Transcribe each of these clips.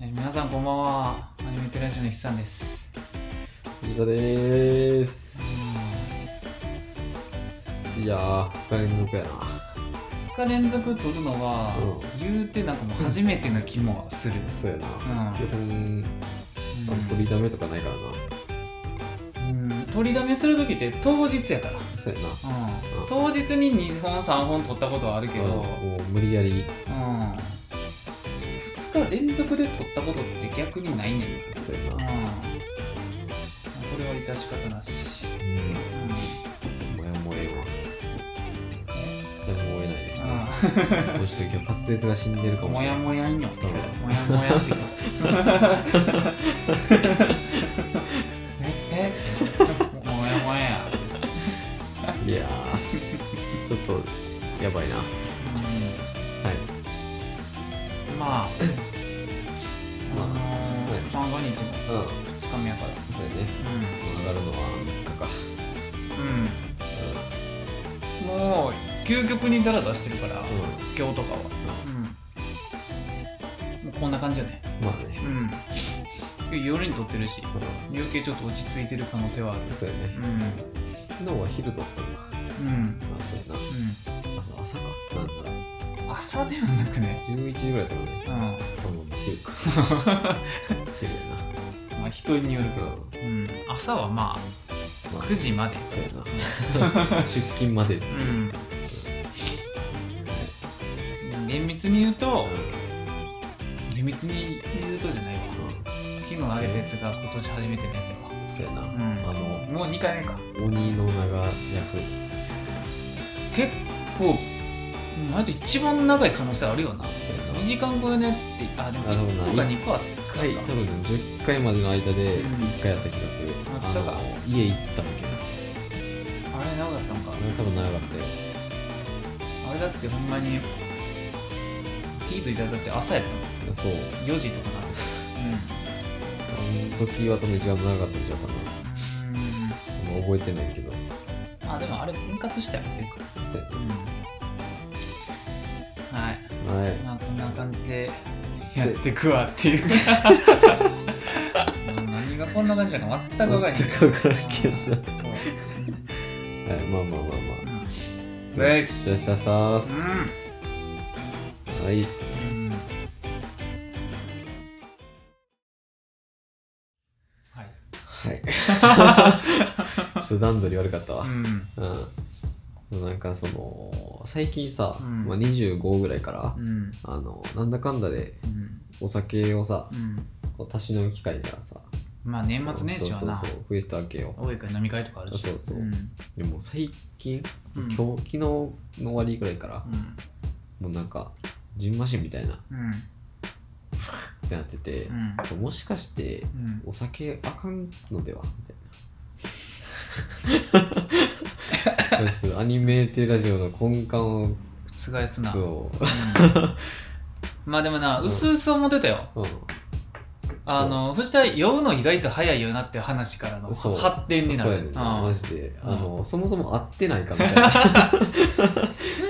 皆さんこんばんはアニメテラジオの筆さんです藤田でーす。いやー、2日連続やな。 2日連続撮るのは、う言うてなんかもう初めての気もする、そうやな。うん基本、う取りだめとかないからな。んうん取りだめする時って当日やから、うん、そうやな。当日に2本3本撮ったことはあるけど、うんもう無理やり、うん、2日連続で撮ったことって逆にないねん、うん、こそうやな。れは致し方なし、ううんん。もやもえは。やもえないですうんね。もし今日滑舌が死んでるかももしれやない。もやいんよって言うから、もやもやって言う から。ええもやもやや。いやー、ちょっと、やばいな。はいううんまあ、まああのはいー、三が日も。うん。つかみやから。そうやね。もう上がるのは3日か。ううん。もう、究極にダラダラしてるから、うん。うん。今日とかは。うん。もうこんな感じよね。まあねう。ん。夜に撮ってるし、う余計ちょっと落ち着いてる可能性はあるん。。そうやね。う昨日は昼だったのか。ん。うん。あ、そうやな。うん。朝朝かなんだ朝ではなくね11時ぐらいだからねうんまうん昼か昼やあ人によるけなど、ううんん、朝はまあまあ9時までそうやな出勤までうん厳密に言うと厳密に言うとじゃないわう昨日投げたやつが今年初めてのやつやんそうやなうんあのわもう2回目か鬼の長役結構うんあと一番長い可能性あるよなそうやな2時間超えのやつってあでもあでも1な個か2個あっ一回多分10回までの間で1回やった気がするあったかの家行ったわけですたあれ長かったんかあれ多分長かったよあれだってほんまに気づいたらだって朝やったのそう4時とかなってあの時は多分一番長かったんちゃうかうなもう覚えてないけどんあでもあれ分割してあげてるからそうやうんはいなはいまあこんな感じでやってくわって いうもう何がこんな感じなのか全く分からへん全く分からんけどそうはいまあまあまあまあうんはいよしよしゃさーす。はい。うんはいは い。ちょっと段取り悪かったわう。んうん。なんかその、最近さ、うんまあ、25ぐらいからう、んあの、なんだかんだでうんお酒をさう、んこうたしのむ機会がさ、まあ年末年始はなそうそうそう、増えてたわけよ。多いから飲み会とかあるしそうそううんでも最近、うん今日、昨日の終わりぐらいからう、んもうなんか、ジンマシンみたいな、うんってなっててう、んもしかして、うんお酒あかんのでは みたいなちょっとアニメーテラジオの根幹を覆すなそうんまあでもな、うんうすうす思ってたよ。う、うん、あの、藤田、酔うの意外と早いよなっていう話からのそう発展になそうやる。ねうんんなマジで、うんあのそもそも合ってないかみたい な藤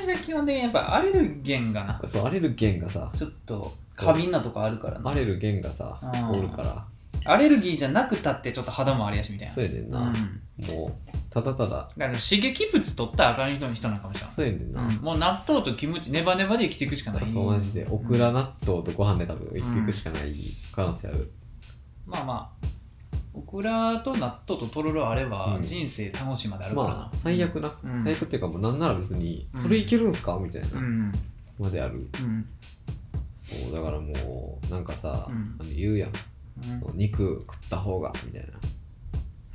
田、基本的にやっぱアレルゲンがな、そうアレルゲンがさちょっと過敏なとこあるからな。アレルゲンがさうんおるからアレルギーじゃなくたってちょっと肌もあれやしみたいな。そうやねんなうん、もうただただだから刺激物取ったらあかん人の人なのかもしれない。そうやねんな、うんもう納豆とキムチネバネバで生きていくしかない。そうマジでオクラ納豆とご飯で多分生きていくしかない可能性ある、まあまあ、オクラと納豆ととろろあればうん人生楽しいまであるからな。まあ最悪な、うん最悪っていうかもうなんなら別にうんそれいけるんすかみたいな、うん。まである、うん。そうだからもうなんかさ、うんあの言うやん、うんそう肉食った方がみたいな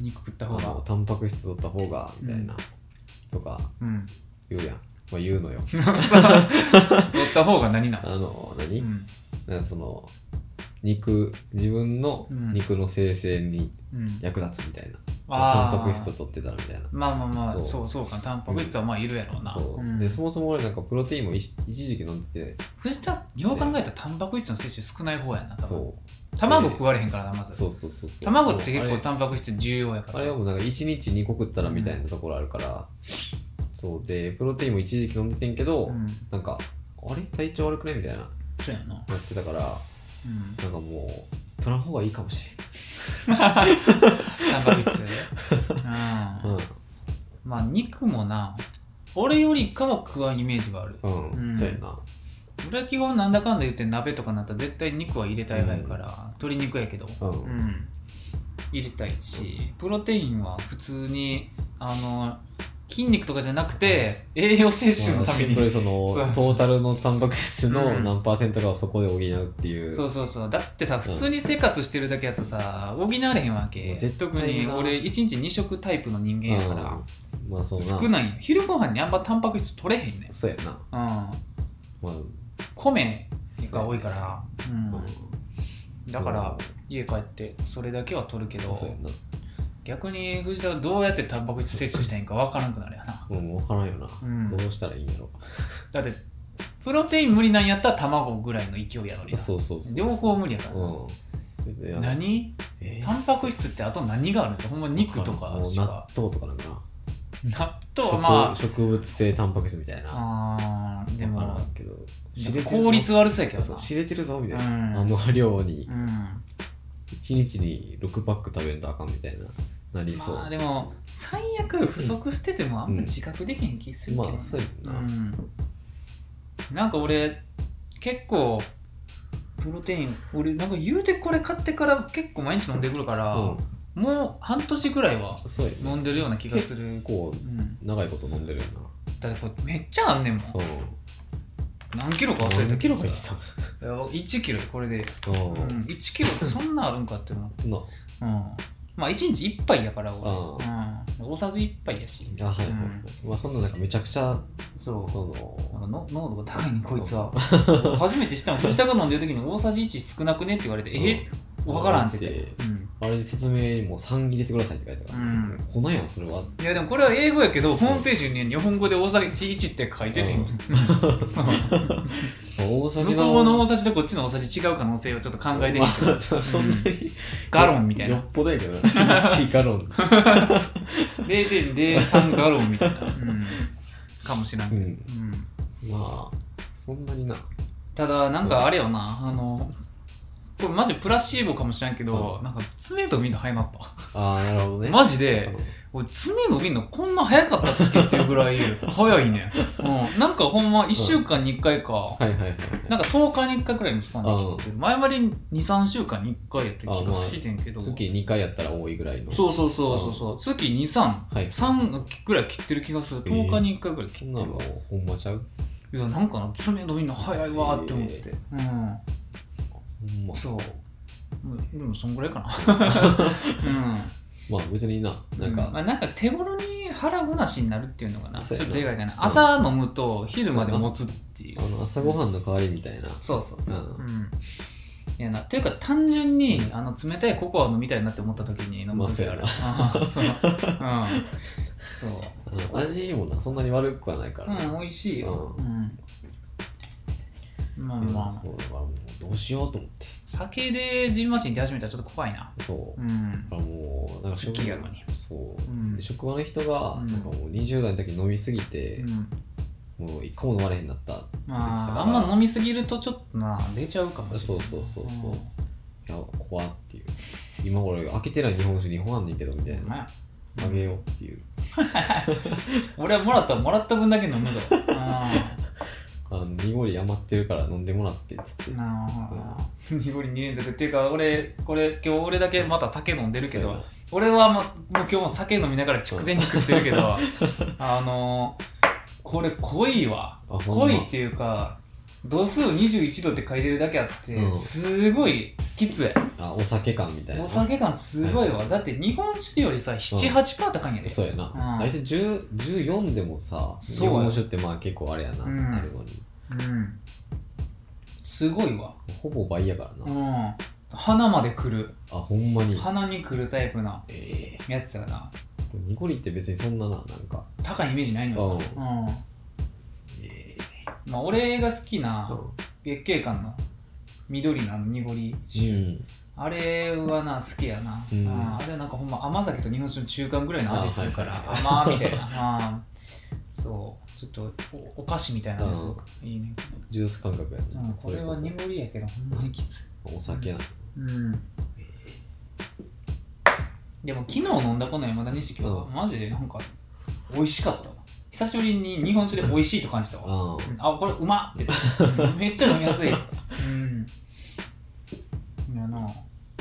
肉食ったあ方のが。タンパク質取った方がみたいな、とかうん。言うやん、まあ、言うのよ乗った方が何な あののう何、ん。なんかその肉自分のうん肉の生成にうん。役立つみたいな、あターンパク質を取ってたらみたいなまあまあまあ、そうそうそうか。タンパク質はまあいるやろうな。そう、んでそもそも俺なんかプロテインも一一時期飲んでて藤田、よう考えたらタンパク質の摂取少ない方やな、多分そう卵食われへんからな、まず。そうそうそうそう卵って結あ構れタンパク質重要やから。あれはもうなんか1日2個食ったらみたいなところあるから、そうでプロテインも一時期飲んでてんけど、うん。なんかあれ体調悪くねみたいなそうやな。なってたからうんなんかもう取らん方がいいかもしタンパク 質うんれんまあ肉もな俺よりかも食わんイメージはあるうん、うんうんそうやな俺は基本なんだかんだ言って鍋とかなったら絶対肉は入れたい派やから、鶏肉やけどうん、うん入れたいしプロテインは普通にあの筋肉とかじゃなくて栄養摂取のためシンプにルにそのそうそうトータルのタンパク質うのん何パーセントかをそこで補うっていう、そうそうそうだってさ普通に生活してるだけやとさ補われへんわもけう絶対特なに俺1日2食タイプの人間やからうんまあそうな少ない昼ご飯にあんまタンパク質取れへんねそうやな、うんまあ米が多いから、うんうだから家帰ってそれだけは取るけん、どそうやな逆に藤田はどうやってタンパク質摂取したいんか分からんくなるよなもうもう分からんよな、うんどうしたらいいんやろだってプロテイン無理なんやったら卵ぐらいの勢いやのになそうそうそう両方無理やからな、うんで、何えータンパク質ってあと何があるってほんま肉とかもうし納か豆とかなんかな納豆植はま植物性タンパク質みたいなああーでわからもんけど効率悪そうやけどそさう知れてるぞみたいな、うんあの量にうん1日に6パック食べるとあかんみたいななりそう、まあでも最悪不足しててもあんま自覚できへん気するけど、まあそうやうな、んなんか俺結構プロテイン俺なんか言うてこれ買ってから結構毎日飲んでくるから、うもう半年ぐらいはん、そうや飲ねんでるような気がする結構うん長いこと飲んでるよだってこれめっちゃあんねんもんな何キロかう忘んれた何キロ入っいてたや1キロよこれで、うんうん、1キロってそんなあるんかって思う、なうん、まあ1日1杯やから俺、あうん、大さじ1杯やしあはいはい、うんまあそんななんかめちゃくちゃそのなんかの濃度が高いねこいつ は初めて知ったの藤田が飲んでる時に大さじ1少なくねって言われて、うんえ分からんって言って、あれ説明にもう3入れてくださいって書いてある、うん粉やんそれはうん、いやでもこれは英語やけどホームページに日本語で大さじ1って書いてて、 うん大さ向じこうの大さじとこっちの大さじ違う可能性をちょっと考えてみて、まあ そんなにガロンみたいよなっぽどや けどな1ガロン0.03ガロンみたいな、うん、かもしれん、ううんんまあそんなになただなんかあれよなあのこれマジプラシーボかもしれんけど、うなんか爪伸びんの早なったああなるほどねマジで、うん俺爪伸びんのこんな早かったっけっていうぐらい早いね、うん、なんかほんま1週間に1回か、はいはいはいなんか10日に1回くらいの期間で来てて前までに23週間に1回やった気がしてんけど、月2回やったら多いぐらいのそうそうそうそうそう月233、はい3くらい切ってる気がするえー10日に1回くらい切そんっなてるのわ、ほんまちゃういやなんかな爪伸びんの早いわーって思って、ほんうまんそううんでもそんぐらいか なまあ別になうんなんまあ、かなんか手頃に腹ごなしになるっていうのかなちそょうっとやなでかいかなうん朝飲むと昼まで持つっていうあの朝ごはんの代わりみたいなそうそうそう。ううん。いやな、っていうか単純にあの冷たいココア飲みたいなって思った時に飲む時ある。まあーそううん。そう。うん味もなそんなに悪くはないから なうん、美味しいよ。ううん。まあいやまあそ、うだからもうどうしようと思っ酒でジンマシン出始めたらちょっと怖いな。てそううん。だからもうなんか職好きやのにそう、うんで職場の人が、うんなんかもう20代の時飲みすぎてう、ん、もう一個も飲まれへんなったって言ってたまかあらあんま飲みすぎるとちょっとな出ちゃうかもしれないそうそうそうそううんいや怖っていう今俺開けてない日本酒日本あんねんけどみたいほんまなやあげようっていう俺はもらったらもらった分だけ飲むぞうあの濁り余ってるから飲んでもらってっつっんてなあ濁り2連続っていうか俺これ今日俺だけまた酒飲んでるけそうどやな俺はもうもう今日も酒飲みながら筑前に食ってるけどあのー、これ濃いわあほんま濃いっていうか度数21度って書いてるだけあって、うんすごいきついあお酒感みたいなお酒感すごいわ、だって日本酒よりさ78%高いんやで、そうやな、うん大体10 14でもさそう日や本酒ってまあ結構あれやな、うんなるのにうんすごいわほぼ倍やからな、うあん鼻まで来るほんまに鼻に来るタイプなええやつやな濁りって別にそんなななんか高いイメージないのよううんえまあ、俺が好きえな月桂冠の緑のあの濁り酒、うんあれはな好きやな、うんああれはなんかほんま甘酒と日本酒の中間ぐらいの味するから、あは甘いはいみたいなあそうちょっとおお菓子みたいなのがすごくいいね、ジュース感覚やうな、ん、これはそ濁りやけどほんまにきついお酒なうんでも昨日飲んだこの山田錦はうマジでなんか美味しかったわ久しぶりに日本酒で美味しいと感じたわあうんあこれうまっって うんめっちゃ飲みやすいうんいやな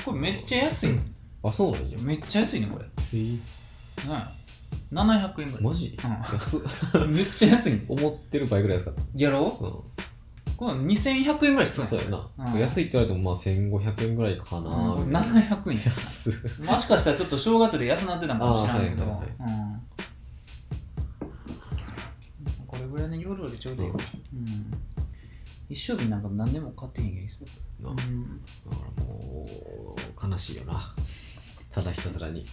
これめっちゃ安いねああそうなんですよめっちゃ安いねこれえーな700円ぐらいマうジ安っんめっちゃ安い ね思ってる倍ぐらい安かっやろたうんうこの2100円ぐらいしそうそうややな、うん安いって言われてもまあ1500円ぐらいかなうんみたいな700円安っもしかしたらちょっと正月で安なってたのかもしれないけど、あーはいはいうんこれぐらいの夜でちょうどいいわ、うん、一生日なんか何でも買ってへんけどそうなうんだからもう悲しいよなただひたすらに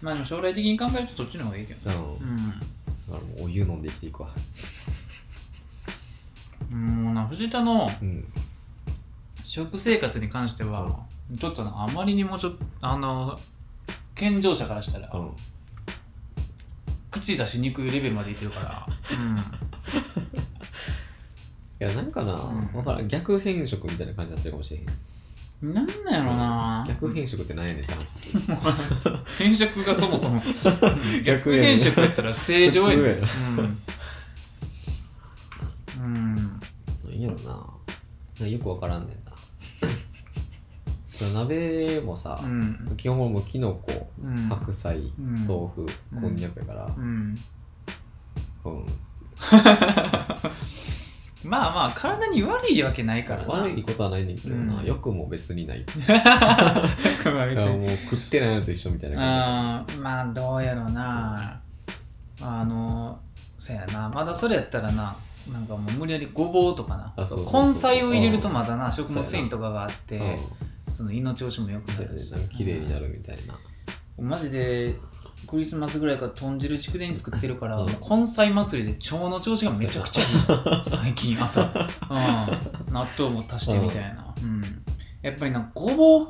まあでも将来的に考えるとそっちの方がいいけどうん、うだからもうお湯飲んで生きていくわんもうな藤田のうん食生活に関しては、ちょっとなあまりにもちょっとあの健常者からしたら、うん口出しにくいレベルまでいってる から、うん、いやなんかな、うんわからん逆変色みたいな感じになってるかもしれへんなんなんやろな逆変色って何やねんって話変色がそもそもうん逆 逆やね変色やったら正常やね普うん、うん、何やろななんかよくわからんねん なその鍋もさう、ん基本はもうきのこうん白菜、うん豆腐、うんこんにゃくやからうんうん、まあまあ体に悪いわけないからな悪いことはないねんけどな、うんよくも別にないだまあか別らにもう食ってないのと一緒みたいな感うんまあどうやろうなあのそやなまだそれやったらななんかもう無理やりごぼうとかなあそうそうそう根菜を入れるとまだな食物そうや繊維なとかがあっじてうんその胃の調子も良くそうなやるねしなんか綺麗になるみたいな、マジでクリスマスぐらいから豚汁筑前に作ってるから、うんもう根菜祭りで腸の調子がめちゃくちゃいい最近朝、うん、納豆も足してみたいな、うん、やっぱりなごぼう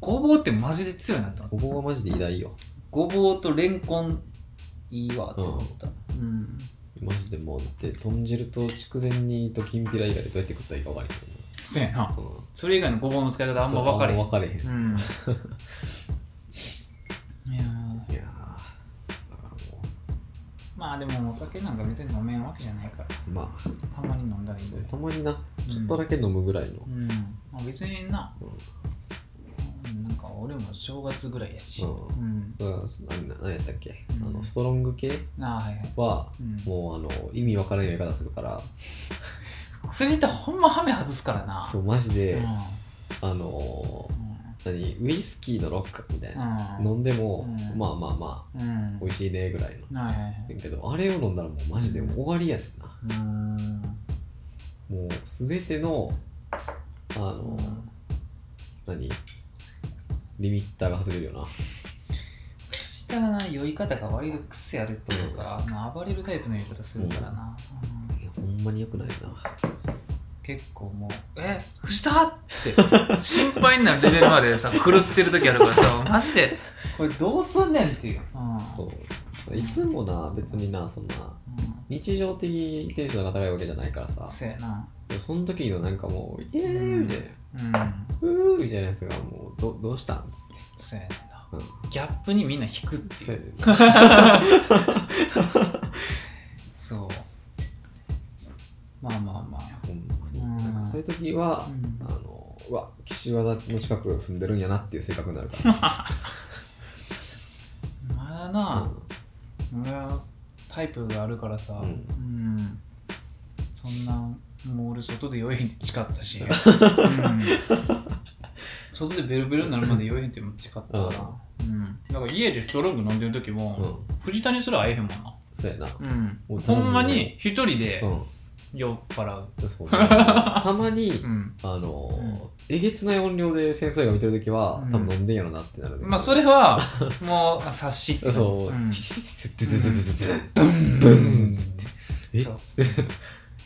ごぼうってマジで強いなと思ったここはマジで偉大よごぼうとレンコンいいわって思った、うんマジでもうだって豚汁と筑前煮ときんぴら以外でどうやって食ったらいいか分からへんけそうやなどな、うんそれ以外のごぼうの使い方あんま分かれへんうんそうあま分かれへん、 んいやーいやーだからもまあでもお酒なんか別に飲めんわけじゃないからうまあたまに飲んだらいいぐらいたまになちょっとだけ飲むぐらいの、うん、まあ、別にな、うんうんなんか俺も正月ぐらいやし、うんんうん、な何やったっけ、うんあのストロング系ああはいはい、はうん、もうあの意味わからん言い方するから藤田ほんまハメ外すからなそうマジで、うんあのうー何ウイスキーのロックみたいな、ん飲んでも、うんまあまあまあうんうん美味しいねぐらいのはいはいはいだけどあれを飲んだらもうマジで終わりやねんなうーんもう全てのあのー何リミッターが外れるよな藤田はな酔い方が割と癖あるというか、まあ暴れるタイプの酔い方するからな、うんいやほんまによくないな結構もう「え藤田!」って 心配になるレベルまでさ狂ってる時あるからさマジでこれどうすんねんっていう、うんそういつもな別になそんなうん日常的にテンションが高いわけじゃないからさそうやなその時のなんかもうイエーイみたいなうんうーみたいなやつがもうどどうしたんっつってそうやねんなうんギャップにみんな引くってそいううやねんなそうまあまあまあほんまにうんなんかそういう時はうあんのうわ岸和田の近く住んでるんやなっていう性格になるからまだうなん俺はタイプがあるからさううんんそんなもう俺外で酔えへんって誓った しうん外でベロベロになるまで酔えへんっても誓ったからうんだから家でストロング飲んでる時うもん藤田にすら会えへんもんなそうやなうもんうほんまに一人でう酔っ払うんそうたまにうんあのえげつない音量で戦争映画見てる時はうん多分飲んでんやろなってなるねまあそれはもうあ察しってそうんう、チチチチチチチチチチブンブンっつって。そう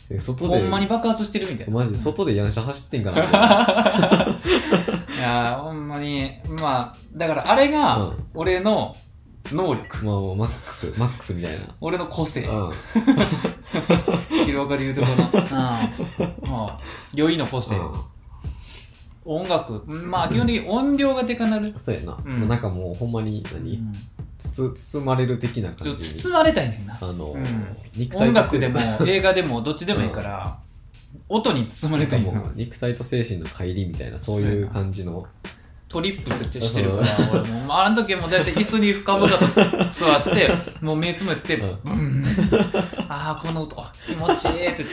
え外ほで、んまに爆発してるみたいなマジで外でヤンシャ走ってんかな。いやーほんまにまあだからあれうがん俺の能力、まあもうマックス、マックスみたいな。俺の個性うん、 広岡で言うとこの、うん、もう酔いの個性、うん音楽まあ基本的に音量がでかなる、そうやな、うんもうなんかもうほんまに何、うんつつ包まれる的なちょ感っとじに包まれたいねんなあの、うん肉体音と楽 でも映画でもどっちでもいいから、音に包まれたいねんもなう肉体と精神の乖離みたいなそういう感じのトリップしてしてるから俺もうあの時はもう大体椅子に深々と座 ってもう目つむって、うんブンああこの音あ気持ちいいっつって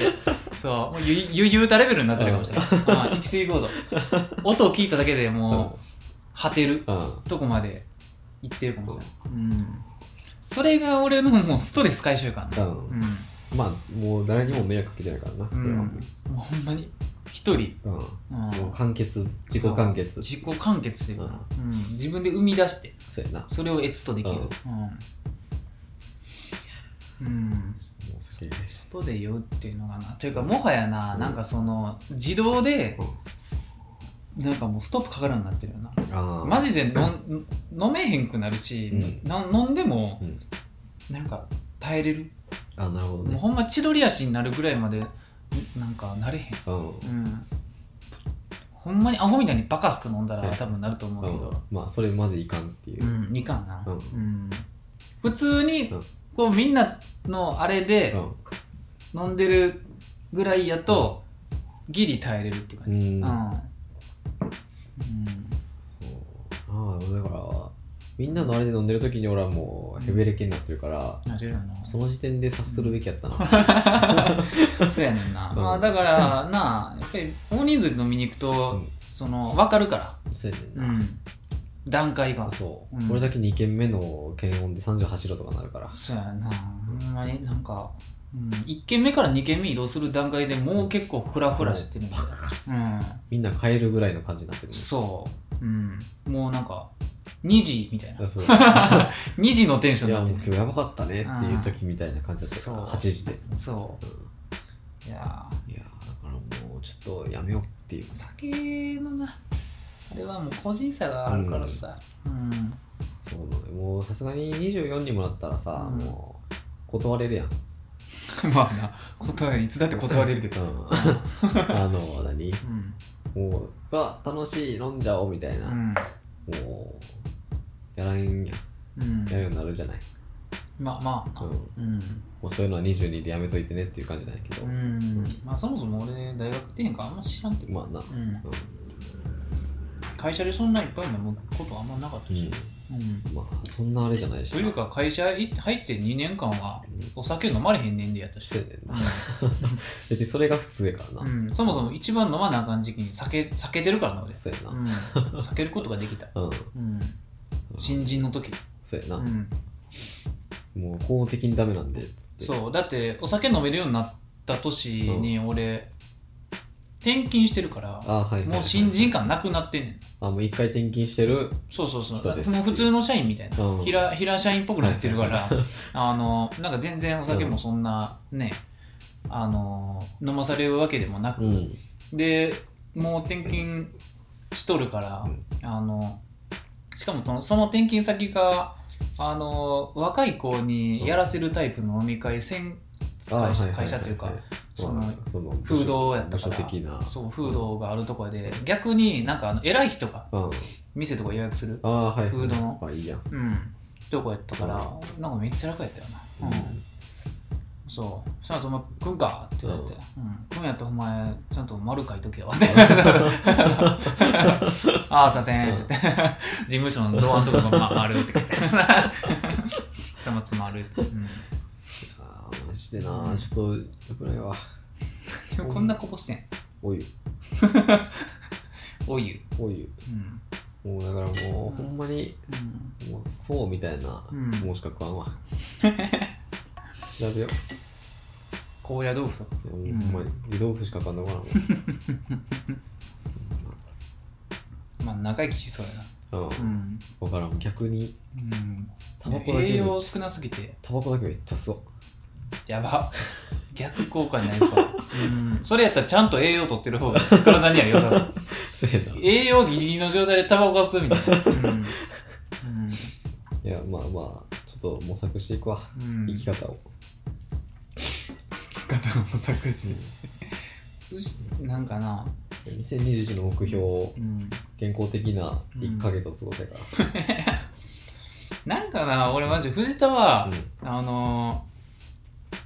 そうもうゆゆゆうたレベルになってるかもしれない、うん、行き過ぎ行こうと音を聞いただけでもう果てるうんうんとこまで行ってるかもしれない、うん、それが俺のもうストレス回収感うな、うんんまあもう誰にも迷惑かけてないからな、うん、もうほんまに一人、うん、もう、うん完結自己完結自己完結してるから、うん、自分で生み出してそうやなもそれをエツとできるうんうん、うん、う好きね外で酔うっていうのがなというかもはやな、なんかその自動でうんなんかもうストップかかるようになってるよなあーマジで飲ん飲めへんくなるし、うんな飲んでもうんなんか耐えれる、あなるほどもうねほんま千鳥足になるぐらいまでなんかなれへんうん、うんほんまにアホみたいにバカスク飲んだらはい多分なると思ううけんど、まあそれまでいかんっていうう、ん、2巻な、うんうん普通にうんこうみんなのあれでうん飲んでるぐらいやとギリ耐えれるって感じうんうん、うんそうああだからみんなのあれで飲んでる時に俺はもうヘベレケになってるから、なれるよなその時点で察するべきやったな、 そうやねんな、うんまあ、だからなあやっぱり大人数で飲みに行くと、うんその分かるかそうやねんら、な、うん、段階がそう、うんこれだけ2軒目の検温で38度とかなるからそうやなほんまになんか、うん、1軒目から2軒目移動する段階でもう結構フラフラしてるんだようんみんな帰るぐらいの感じになってるそう、うん、もうなんか2時みたいな あそう2時のテンションいにやなっもうて今る日やばかったねっていう時みたいな感じだったからうん8時で、そうんういやーいやーだからもうちょっとやめようっていう酒のなあれはもう個人差があるからさうん、 そうなのよもうさすがに24にもなったらさ、うんもう断れるやんまあな断るいつだって断れるけど うんあの何うんもうわ楽しい飲んじゃおうみたいうな、んもうやらんやんうんやるようになるじゃない、まあまあうん、もうん、うそういうのは22でやめといてねっていう感じなんやけど、うん、まあそもそも俺大学行ってへんからあんま知らんけど、まあな、うんうん、会社でそんないっぱい飲むことあんまなかったし、うん、まあそんなあれじゃないしといなうか会社入って2年間はうんお酒飲まれへん年齢やったしそうやねんな別にそれが普通やからうな、ん、そもそも一番飲まなあかん時期に酒避けてるからな俺、そうやう、なん 避けることができた、うん、うん、新人の時、そうやうな、ん、もう法的にダメなんでうそうだってお酒飲めるようになった年に俺転勤してるからあはいはいはいもう新人感なくなってんねんあもう一回転勤してるそうそうそうそうですもう普通の社員みたいな、うん平平社員っぽくなってるからあのなんか全然お酒もそんなね、あの飲まされるわけでもなく、うんでもう転勤しとるから、うんあのしかもそのその転勤先があの若い子にやらせるタイプの飲み会せんあはい会社はいはい会社というかそのまあその風土やったから部署的なそう風土があるとこで逆になんかあの偉い人がうん店とか予約する、あはい風土のまあいいやんうん、とこやったからなんかめっちゃ楽やったよな、うんそうそしたら「お前くんか?」って言われて「うん、くんやったらお前ちゃんと丸書いと けよ」 って「ああすいません」って言って事務所のドアのとこが、ま、丸って書いて 「さまつ丸」って、うんあーマジでなちょっとよくないわ今日こんなこぼしてんお湯お湯お湯うんもうだからもうほんまにうんもうそうみたいなうんもうしか食わん わ調べよ高野豆腐とかういやもうほんまに湯豆腐しか買わんのかなもまあ長生きしそうやなうううんん、わからん逆にうん、タバコだ栄け養少なすぎてタバコだけめっちゃ吸おう やば逆効果になりそう、うん、それやったらちゃんと栄養取ってる方が体には良さそうそうやな栄養ギリギリの状態でタバコを吸うみたいな。うん。いやまあまあちょっと模索していくわうん。うん、生き方を方の模索して。そしてなんかな、 2021の目標うん、健康的な1ヶ月を過ごせかなんかな俺マジ藤田はら、、あのー、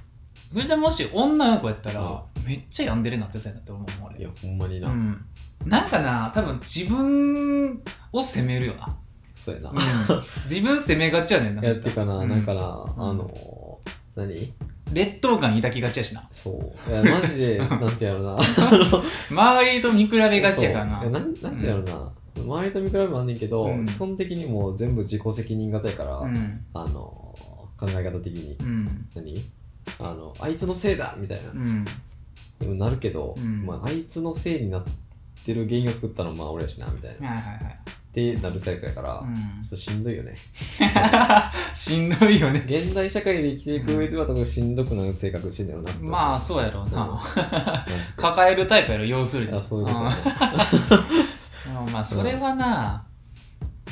藤田もし女の子やったら、めっちゃ病んでるなってそうやなって思うもんい俺やほんまにな、うんなんかな多分自分を責めるよな、そうやな、うん、自分責めがちやねんないやってかな、うんなんかな、んあの何劣等感抱きがちやしなそういやマ ジでなんてやろうな周りと見比べがちやからなそういやなんなんてやろうな、周りと見比べもあんねんけど、うん基本的にもう全部自己責任型やから、うんあの考え方的にうん何あのあいつのせいだみたいなう、んでもなるけど、うんまあ、あいつのせいになってる原因を作ったのはまあ俺やしなみたいな、はいっはいはいてなるタイプやから、うんちょっとしんどいよね しんどいよね現代社会で生きていく上では多分しんどくなる性格してんだよなって思うまあそうやろうなマジで抱えるタイプやろ要するにあそういうことんねでもまあそれはな、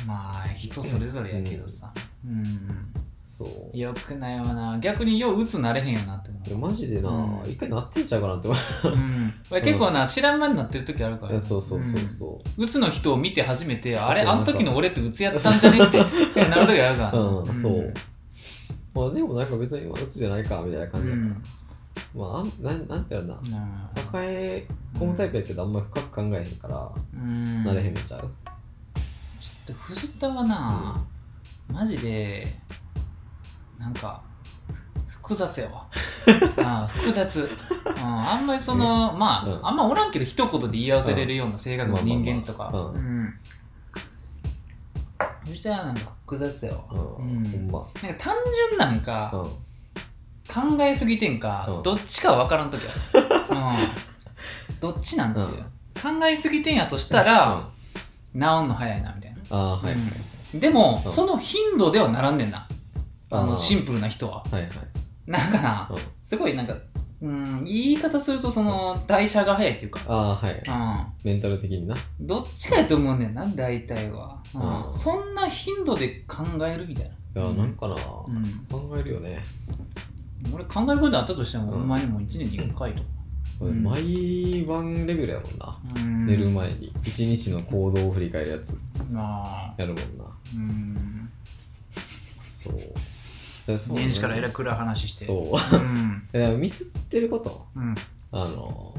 まあ人それぞれやけどさ、うんそうよくないわな逆によう鬱なれへんよなっていや思マジでな、うん一回なってんちゃうかなって思うう、う ん、俺結構な知らん間になってる時あるかいらやなそうそうそうそう、うん鬱の人を見て初めてあれそうあの時の俺って鬱やったんじゃね ってなる時あるからなうんそうまあでもなんか別に鬱じゃないかみたいなう感じだからん、まああんなんなんていうのかなな抱え込むタイプやけどあんまり深く考えへんから、うんなれへんのちゃうちょっと藤田はな、マジでなんか複雑や わああ複雑、うん、あんまりその、まあ、うんあんまおらんけど一言で言い合わせれるような性格の人間とか、まあまあまあうん藤田はなんか複雑やわ、うん、うんほんまなんか単純なんか、うん考えすぎてんか、うんどっちか分からん時 は、うん、どっちなんていう、考えすぎてんやとしたうんら、あ治んの早いなみたいなあーはい、うんでも、うんその頻度ではならんねんなあのーシンプルな人は はいはいなんかなうんすごいなんかうん言い方するとその代謝が早いっていうか、ああはいうん、メンタル的になどっちかやと思うねんな大体は、うんうんそんな頻度で考えるみたいいなやうんなんかな、うん、考えるよね俺考えることあったとしても、うんほんまにもう1年に1回とか、これうん毎晩レベルやもんな、うん、寝る前に一日の行動を振り返るやつまあやるもんなうんそうだからそう年始からえらくくらい話してそう うんだからミスってることうんあの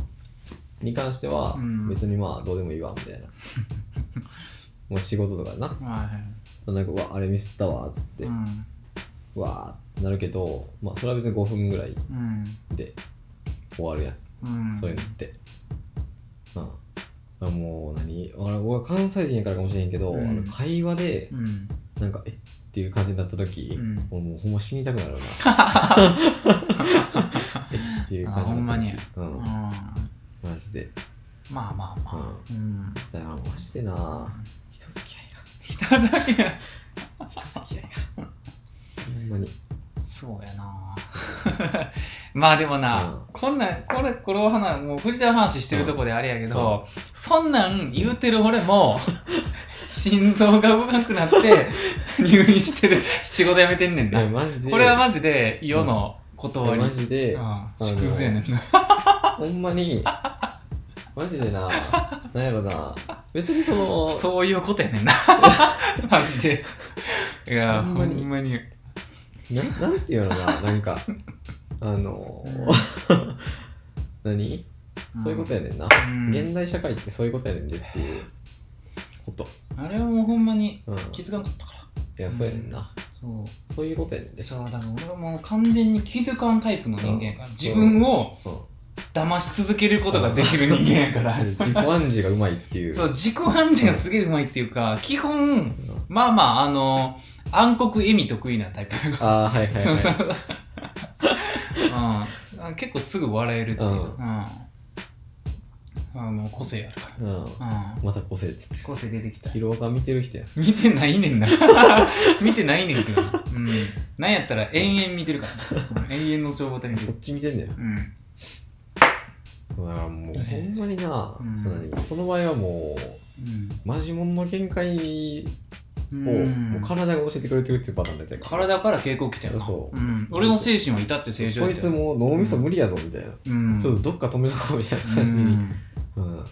に関しては、うん別にまあどうでもいいわみたい なもう仕事とかでなはなんかうわあれミスったわっつっいて、はいうんうわーってなるけどまあそれは別に5分ぐらいうんで終わるやん、うんそういうのってうんだからもう何あれ俺は関西人やからかもしれへんけど、うんあの会話でうんなんかえっていう感じになった時、うん俺もうほんま死にたくなる なえっていう感じになったあほんまにうんうん、マジでまあまあまあ、うん、だからマジでな人付き合い人付き合いが人付き合いがほんまにそうやな まあでもな、うんこんなんこれこれを話もう藤田の話してるとこであれやけど、そんなん言うてる俺も心臓が動かなくなって 入院してる仕事辞めてんねんいやなマジでこれはマジで世の断り、いやうんマジで、縮図やね んなほんまにマジでななんやろな別にそのそういうことやねん なマジでいやほほんまんまににまにななんていうのかななんかあのうん何そういうことやねんな、うん現代社会ってそういうことやねんでっていうことあれはもうほんまにうんい気づかなかったからやそうやねんな、そうそういうことやねんでそうだから俺はもう完全に気づかんタイプの人間やから自分をうん騙し続けることができる人間やから自己暗示がうまいってい うそう自己暗示がすげえうまいっていうか基本まあまああの暗黒笑み得意なタイプやかああはいはい、はらい、そうそう、うん、結構すぐ笑えるっていう、ううんんあの個性あるかうんら、うん、また個性って個性出てきた言ってる広岡見てる人やん見てないねんな 見てないねんけどな、うん、なんやったら延々見てるからな、うん、延々の消防隊見てそるっち見てんだようんだからもうほんまにな、うんそのその場合はもううんマジモンの限界うんもう体が教えてくれてるっていうパターンだよ体から警告来たよな、そうん俺の精神は至って正常こだいよつもう脳みそ無理やぞみたいな、うん、ちょっとどっか止めとこうみたいな話うに、んうん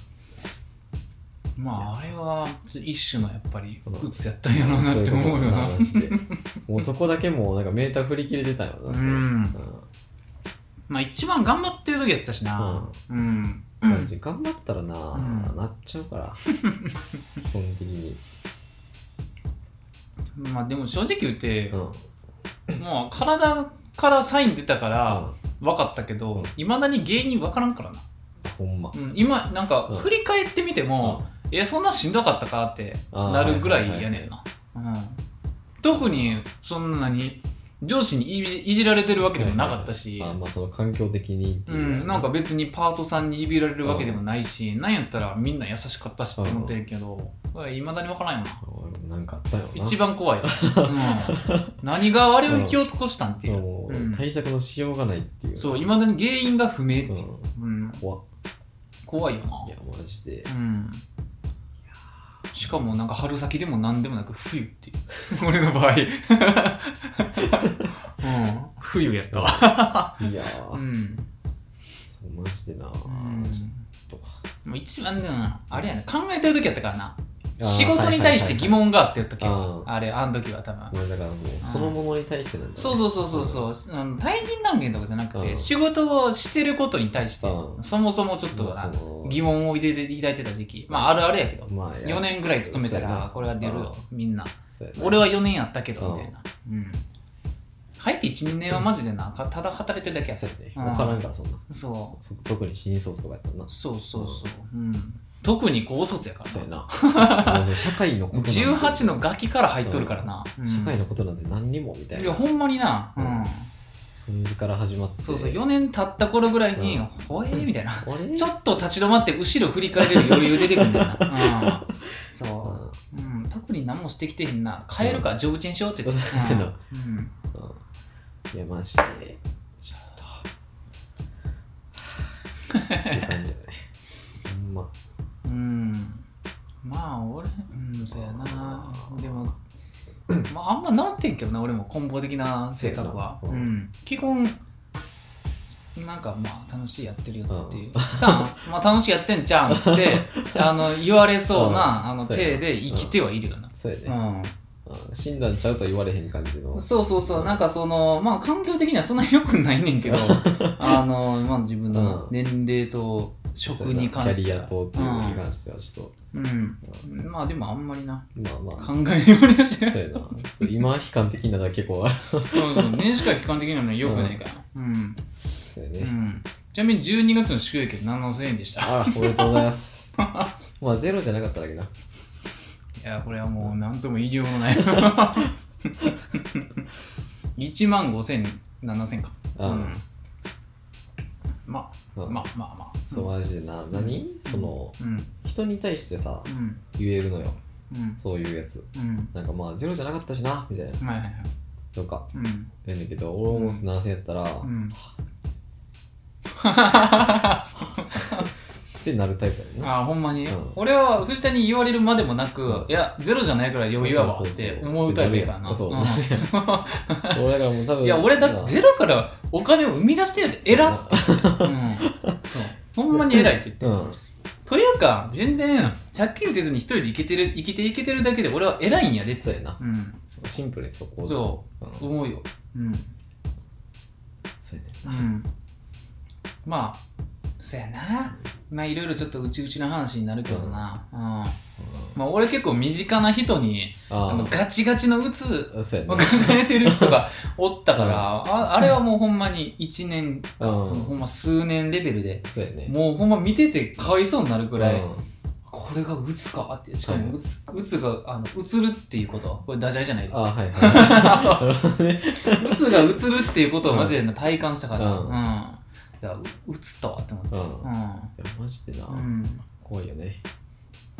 まああれは一種のやっぱりうつやったんやろうなっそういてうこ思とうよなマジでもうそこだけもうなんかメーター振り切れてたよな、うんまあ一番頑張ってる時やったしなうん、うんマジで頑張ったらな、うんなっちゃうから基本的に、まあでも正直言ってう、んもう体からサイン出たからう分かったけうんどいま、未だに原因分からんからな、んほんま、うん、今なんかうん振り返ってみても、えそんなしんどかったかってあーなるぐらいやねんな、うん、特にそんなに上司にいじいじられてるわけでもなかったし、あまあその環境的にってういん、なんか別にパートさんにいびられるわけでもないし、なんやったらみんな優しかったしって思ってるけどいまだに分からんよななんかあったよな一番 怖い、うん、何があれを引き起こしたんっていう、もううん対策のしようがないっていうそういまだに原因が不明っていう、ううん、ん怖っ怖いよいやな、マジでうん、しかもなんか春先でも何でもなく冬っていう 俺の場合、う ん、冬やったわ、いやうー、んそうマジでな、うんちょっもう一番でもあれやね考えてる時やったからなと仕事に対して疑問があってやった時はいはいはいはいあれあの時は多分まあだからもうそのものに対してなんだ、ね、そうそうそうそうそう、あの対人関係とかじゃなくうてん仕事をしてることに対してうんそもそもちょっとまあなその疑問を抱いて抱いてた時期まああるあるやけどまあいや4年ぐらい勤めたそうやらなこれは出るよみんなそうやな俺は4年やったけどうんみたいなうん入って12年はマジでなかただ働いてるだけやそうやねうん分からんからそんなそそ特に新卒とかやったらなうそうそうそううん特に高卒やからそうやななもう社会のことなんて18のガキから入っとるからなうん社会のことなんて何にもみたいいやなほんまになううんん感じから始まってそうそう4年経った頃ぐらいにうん「ほえー」みたいなあれちょっと立ち止まって後ろ振り返れる余裕出てくるんだよな、うん、そうう、んうん、特に何もしてきてへんな帰るかジョブチェンしようって言って、うんうんうんいや、マジで、ちょっと。って感じだね。ほんま。うんまあ俺うんそうやなでもまああんまなってんけどな俺も根本的な性格は、そうう、やなん基本なんかまあ楽しいやってるよっていう、さあ、まあ、楽しいやってんじゃん ってあの言われそうな、あのそうやな体で生きてはいるよな、そうやうね。んうん診断ちゃうとは言われへん感じの。そうそうそう、なんかその、まあ環境的にはそんなに良くないねんけど、あの、まあ自分のうん年齢と職そうやなに関してキャリはアとっていうのに関しては、ちょっと。うん。うんまあでもあんまりな、まあまあ。考えようにはしそなうい。やな。そう今、悲観的なのは結構ある。うんうん年始から期間的にはね良くないから。うん。そうやうね。ん。ちなみに12月の支給益は7000円でした。あら、おめでとうございます。 まあ、ゼロじゃなかっただけな。いや、これはもう何とも言いようもない。1万50007000か。あうん。まあ、うんまあまあまあ。そう、マジでな。何その、うん。人に対してさう、ん。言えるのよ。うん。そういうやつ。うん。なんかまあ、ゼロじゃなかったしな、みたいな。はいはいはい。とか。うん。やねんけど、俺ももし7000やったら、うっ ん。てなるタイプやねんな。ああ、ほんまに、うん俺は藤田に言われるまでもなく、うんいや、ゼロじゃないから余裕やわそうっそうそうて思うタイプやからな。そううん俺だからもう多分。いや、俺だってゼロからお金を生み出してるで、偉っって。うん。そう。ほんまに偉いって言ってうる。ん。というか、全然、借金せずに一人で生きてる、生きていけてるだけで俺は偉いんやでって。そうやな。うん。シンプルにそこそうん。う、思うよ。うん。そうやね。うん、まあそやなまあいろいろちょっとうちうちの話になるけどな、うんまあ、俺結構身近な人にあのあガチガチの鬱あ。そうやをね。抱えてる人がおったから、うんああれはもうほんまに1年、うん。ほんま数年レベルでそうやね。もうほんま見ててかわいそうになるぐらい、うんこれが鬱かってしかも鬱,、鬱があの鬱るっていうことこれダジャレじゃないであはいはい。なるほどね 鬱が鬱るっていうことをマジで体感したから、ううんんいやう鬱ったわって思って。うん。ういんや、マジでな。うん、怖いよね。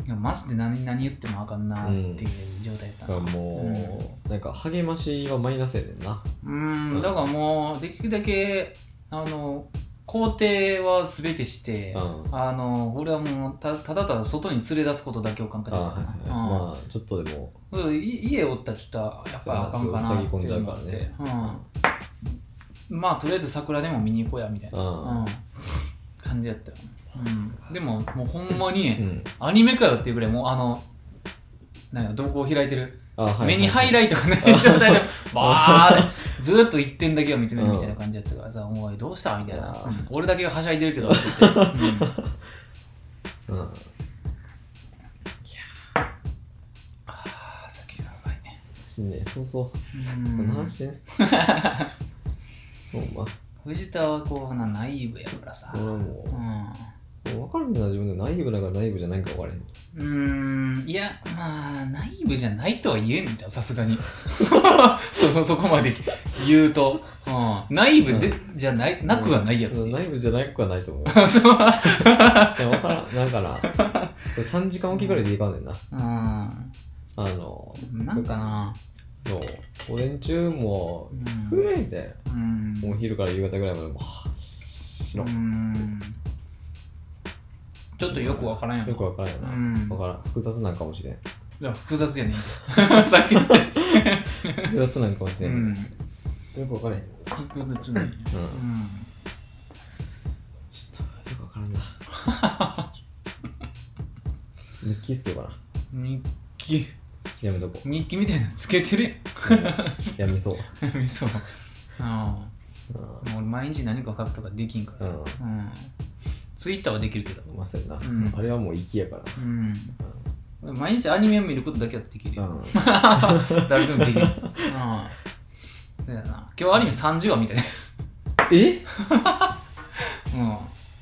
いやマジで何何言ってもあかんなっていう状態だだったかならもう、なんか励ましはマイナスやねんな。うん、うんだからもうできるだけあの工程は全てして、うんあの俺はもうたただただ外に連れ出すことだけを考えてあたーなうはいはい、んまあちょっとでもうんい家おったらちょっとやっぱあかんかなっていうのがあっそう塞ぎて、うん、まあとりあえず桜でも見に行こうやみたいな、あうん、感じやったよ、うん、でももうほんまに、ー、うんアニメかよっていうぐらいもうあのなんや瞳孔開いてる、あーはい目にハイライイトがない状態でバーっ てずーっと一点だけを見つめるみたいな感じやったからさ「おいどうした?」みたいな、うんうん俺だけがはしゃいでるけど」って言 って、うんト、うん、あー酒がうまいねしんねそうそううこんの 話ね。そう、まあ、藤田はこうな内部やからさこれはもうう、もう分かるんだな、自分で内部なんか内部じゃないか分からへん。んうーんいやまあ内部じゃないとは言えんじゃんさすが にそそこまで言うと、うん、内部で、じゃないなくはないやろってうんいう、内部じゃなくはないと思う。いそうや、分からん、なんかな、3時 間おきぐらいでいかんねんな。うんあの、なんかなそう、午前中もうう、んふえみたいな。うんもう昼から夕方ぐらいまで、もう、はぁ、しろう。んちょっとよくわからんやんよく分からんよな。うん分からん。複雑なんかもしれん。いや複雑やねんて さっき言った複雑なんかもしうれんん。よく分からへん。うん。複雑なんやうんちょっと、よく分からんな。 日記っすよかな。日記やめとこう。日記みたいなのつけてる やみそう。やん そうあうんあもう毎日何か書くとかできんからさうんツイッターはできるけどまあそうやな、うんあれはもう息やから。うん毎日アニメを見ることだけはできるうよん。 誰でもできるうんそうやな今日アニメ30話みたいなえうん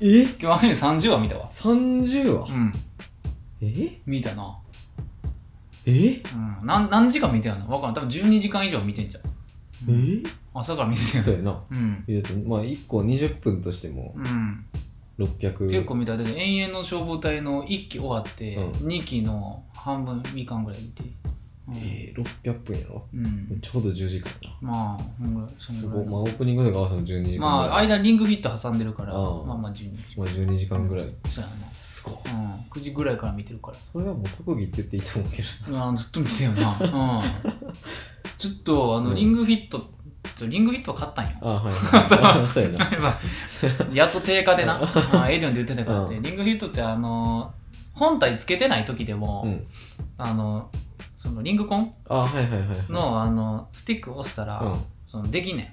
え今日アニメ30話見たわ ?30 う話んえ見たなえうんなん何時間見てんのわからん多分12時間以上見てんじゃん、うんえ朝から見てんそやうやな。んうん、だってまあ1個20分としてもうん、 600。結構見たで延々の消防隊の1期終わって、う二2期の半分みかんぐらい見てうん、えー、600分やろうん、ちょうど10時間やな。まあほんぐらいそんすぐらごい。いまあオープニングとか合わせても12時間ぐらい。まあ間リングフィット挟んでるからああまあまあ12時まあ12時間ぐらい。そうやすごい。な、うん、9時ぐらいから見てるからそれはもう特技って言っていいと思うけど。あずっと見てたよな、 うん、ちょっとあのうんリングフィット、ちょリングフィットは買ったんよあはい はいはい。そうやな。まあやっと定価でな、まあ、エイディオンで言ってたからって、うリングフィットってあの本体つけてない時でも、うん。あのそのリングコンあはいはいはいはい。のあのスティックを押したら、うそのできんねん。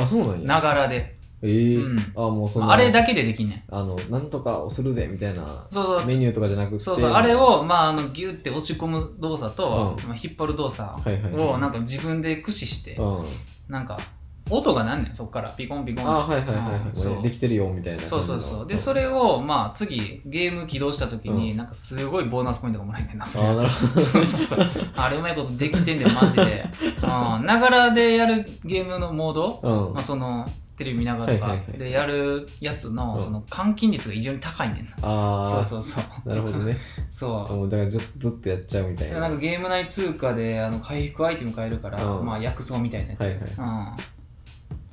あ、そうなんんや。ながらで、えーうんあ、もうそまのああれだけでできんねんあの、なんとかをするぜみたいなそうそうメニューとかじゃなくて。そうそうあれ、を、まあ、あのギュって押し込む動作と、うまあ、引っ張る動作はいはい、をなんか、か自分で駆使して、うん、なんか音がなんねんそっからピコンピコンあってはいはいはい、はいうんそうできてるよみたいな感じその。うそうそうでそれをまあ次ゲーム起動した時に、なんかすごいボーナスポイントがもらえんねんなそれあなるほど。そうそうそうあれうまいことできてんだよマジでうんながらでやるゲームのモード、うんまあ、そのテレビ見ながらとはかいはいはいでやるやつの,、うんその換金率が異常に高いねんなあそあ、うそうそうなるほどね。そもうだからずずっとやっちゃうみたいうな。なんかゲーム内通貨であの回復アイテム買えるから、うんまあ薬草みたいなやつ、はいはい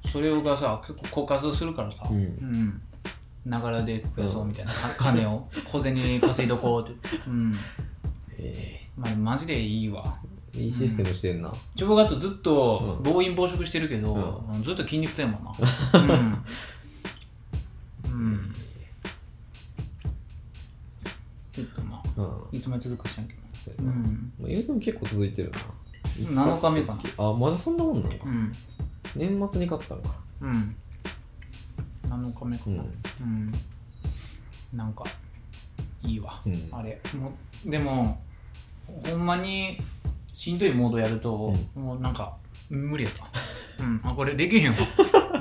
うん、それをがさ結構高活するからさ、うん。うん。ながらで増やそうみたいな、か金を小銭稼いどこうって、うんえまあ、マジでいいわーいいシステムしてんな。ちょぼがつずっとうん暴飲暴食してるけど、うずっと筋肉痛やもんなうん、うん、ちょっとまあうん。いつまで続くか知らんけどそううやな。まん、あ、言うても結構続いてるな。 7日目かなあ、まだそんなもんなのかう。ん年末に買ったのか。うん7日目かうな、ん。うん、なんかいいわうん。あれもうでもほんまにしんどいモードやると、もうなんか無理やった、うん、あこれできへんわ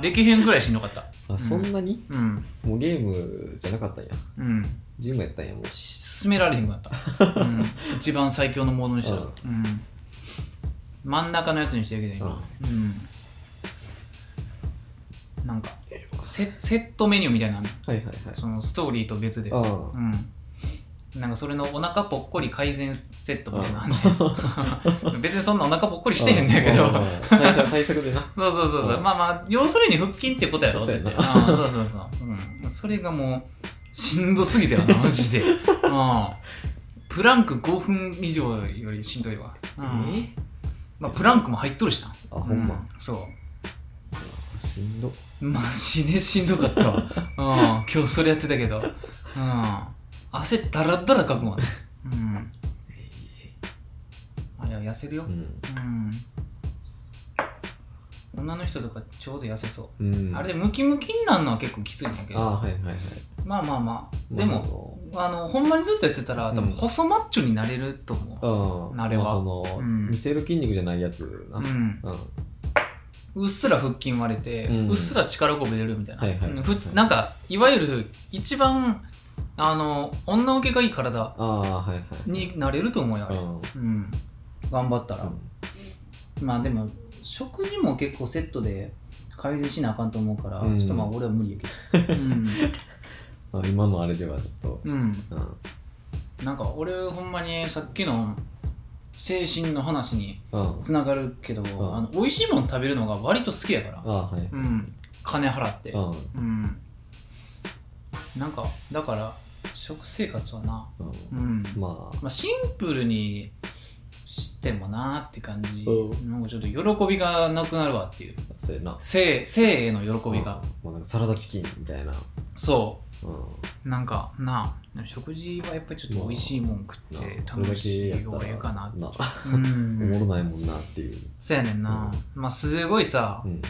できへんぐらいしんどかったあ、そんなに、うんもうゲームじゃなかったんや。うんジムやったんや、もう。し進められへんくなった、うん、一番最強のモードにした、うんうん、真ん中のやつにしてるけど今うん、なんかセセットメニューみたいなのあんのはいはいはい。そのストーリーと別でああ。うんなんかそれのお腹ぽっこり改善セットみたいなのあんねん 別にそんなお腹ぽっこりしてへんねんけどううん対策対策でなそうそうそうそううんまあまあ要するに腹筋ってことやろそうやな絶対うんそうそうそう、うん、それがもうしんどすぎたよ なマジで、うん、プランク5分以上よりしんどいわ、うんえまあ、プランクも入っとるしなあほんまうそうしんどマジでしんどかったわ。うん、今日それやってたけど。うん、汗だらだらかくもんね。うん。あれは痩せるよう。んうん。女の人とかちょうど痩せそうう。んあれでムキムキになるのは結構きついんだけあど。はいはいはいまあまあまあ。でも、もあの、ほんまにずっとやってたら、多分うん細マッチョになれると思うんあれはまあそのうん見せる筋肉じゃないやつなう。うん。うんうっすら腹筋割れて、ううんっすら力こび出るみたいな、はいはいうん普通なんかいわゆる一番あの女受けがいい体ああはいはいになれると思うよあうれ、んうん、頑張ったら、まあでも食事も結構セットで改善しなあかんと思うから、うんちょっとまあ俺は無理やけどうん、まあ今のあれではちょっとうん、うんうんなんか俺ほんまにさっきの精神の話にあつながるけど、んあの美味しいもの食べるのが割と好きやから、あはいうん、金払って、うんうんなんかだから食生活はな、ううんんまあまあ、シンプルにしてもなーって感じ、うなんかちょっと喜びがなくなるわっていうそうやな性性への喜びが、うんまあなんかサラダチキンみたいなそうんうなんかなあ食事はやっぱりちょっと美味しいもん食っなてそれだ楽しけいやっ方たがいいらかななう おもろんないもんなっていうそうやねんな、まあすごいさうん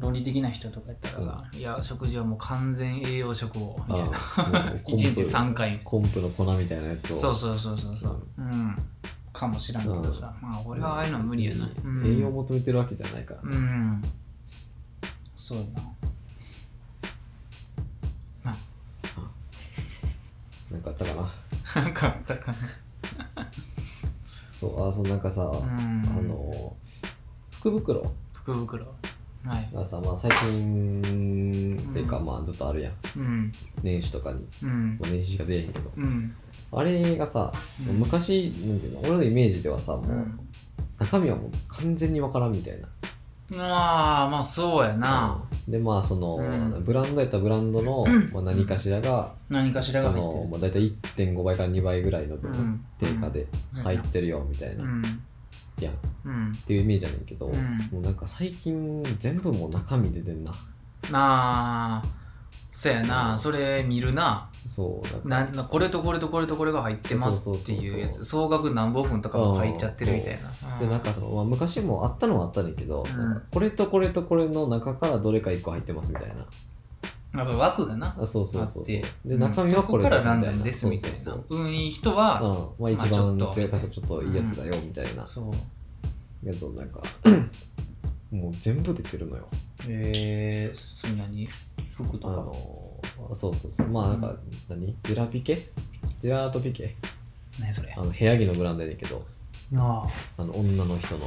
論理的な人とかやったらさ、いや食事はもう完全栄養食をみたいなあ あもうコン1日プ3回みたいなコンプの粉みたいなやつをそうそうそうそうそう、うん、かもしらんけどさ、まあ俺はああいうのは無理やな、うん、栄養求めてるわけじゃないからうんそうやなんかあったかなななんかあったかなそうあそうなんかさうあんの福袋福袋はいがさまあ最近っていうかうんまあずっとあるやんうん年始とかにうんまあ年始しか出えへんけどうんあれがさうん昔なんていうの俺のイメージではさうもうん中身はもう完全にわからんみたいなまあまあそうやな、でまあその、うんブランドやったらブランドの、まあ、何かしらが、何かしらそが入ってのるまあ、大体1.5倍から2倍ぐらいの分、うん定価で入ってるよみたいな、うんいやっうんていうイメージやねんけど、うんもうなんか最近全部もう中身出てんななあそうやな、うんそれ見るなそうなんかななこれとこれとこれとこれが入ってますっていうやそうそうそうそつう総額何本分とかも入っちゃってるみたいなでなんかその、まあ、昔もあったのはあったねんだけど、うんなんかこれとこれとこれの中からどれか1個入ってますみたいななんか枠がなあそうそうそうそうあでって中身はこれそこからみたラいンなダムですみたいなそうそう運いい人そうは、うんまあ一まあちょっ番と贅沢ちょっといいやつだよみたいな、そうけどなんかもう全部出てるのよえー、そんなに服あとかのそうそうそうまあなんか、うん何ジェラピケジェラートピケ何それあの部屋着のブランドやねんけどああの女の人の、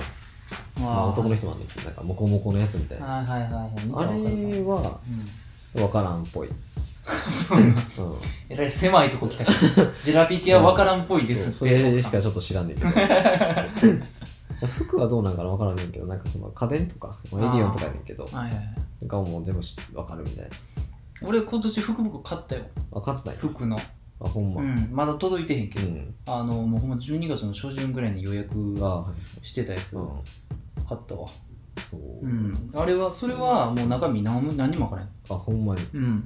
あ、まあ、男の人なんだけどなんかモコモコのやつみたいなあはいはいはいはい見たら分かるれは分からんっぽい、うん、そうな えらい狭いとこ来たけどジェラピケは分からんっぽいですってそうそれしかちょっと知らんねんけど服はどうなんかな分からんねんけどなんかその家電と かまあエディオンとかやねんけどはいはいはいなんかもう全部知分かるみたいな俺今年福袋買ったよ分かったんや服の、あほんまう、ん、まだ届いてへんけうど、ん、あのもうほんま12月の初旬ぐらいに予約あはいしてたやつうをん買ったわ、そう、うん、あれはそれはもう中身何も何にも分からんあほんまにうん。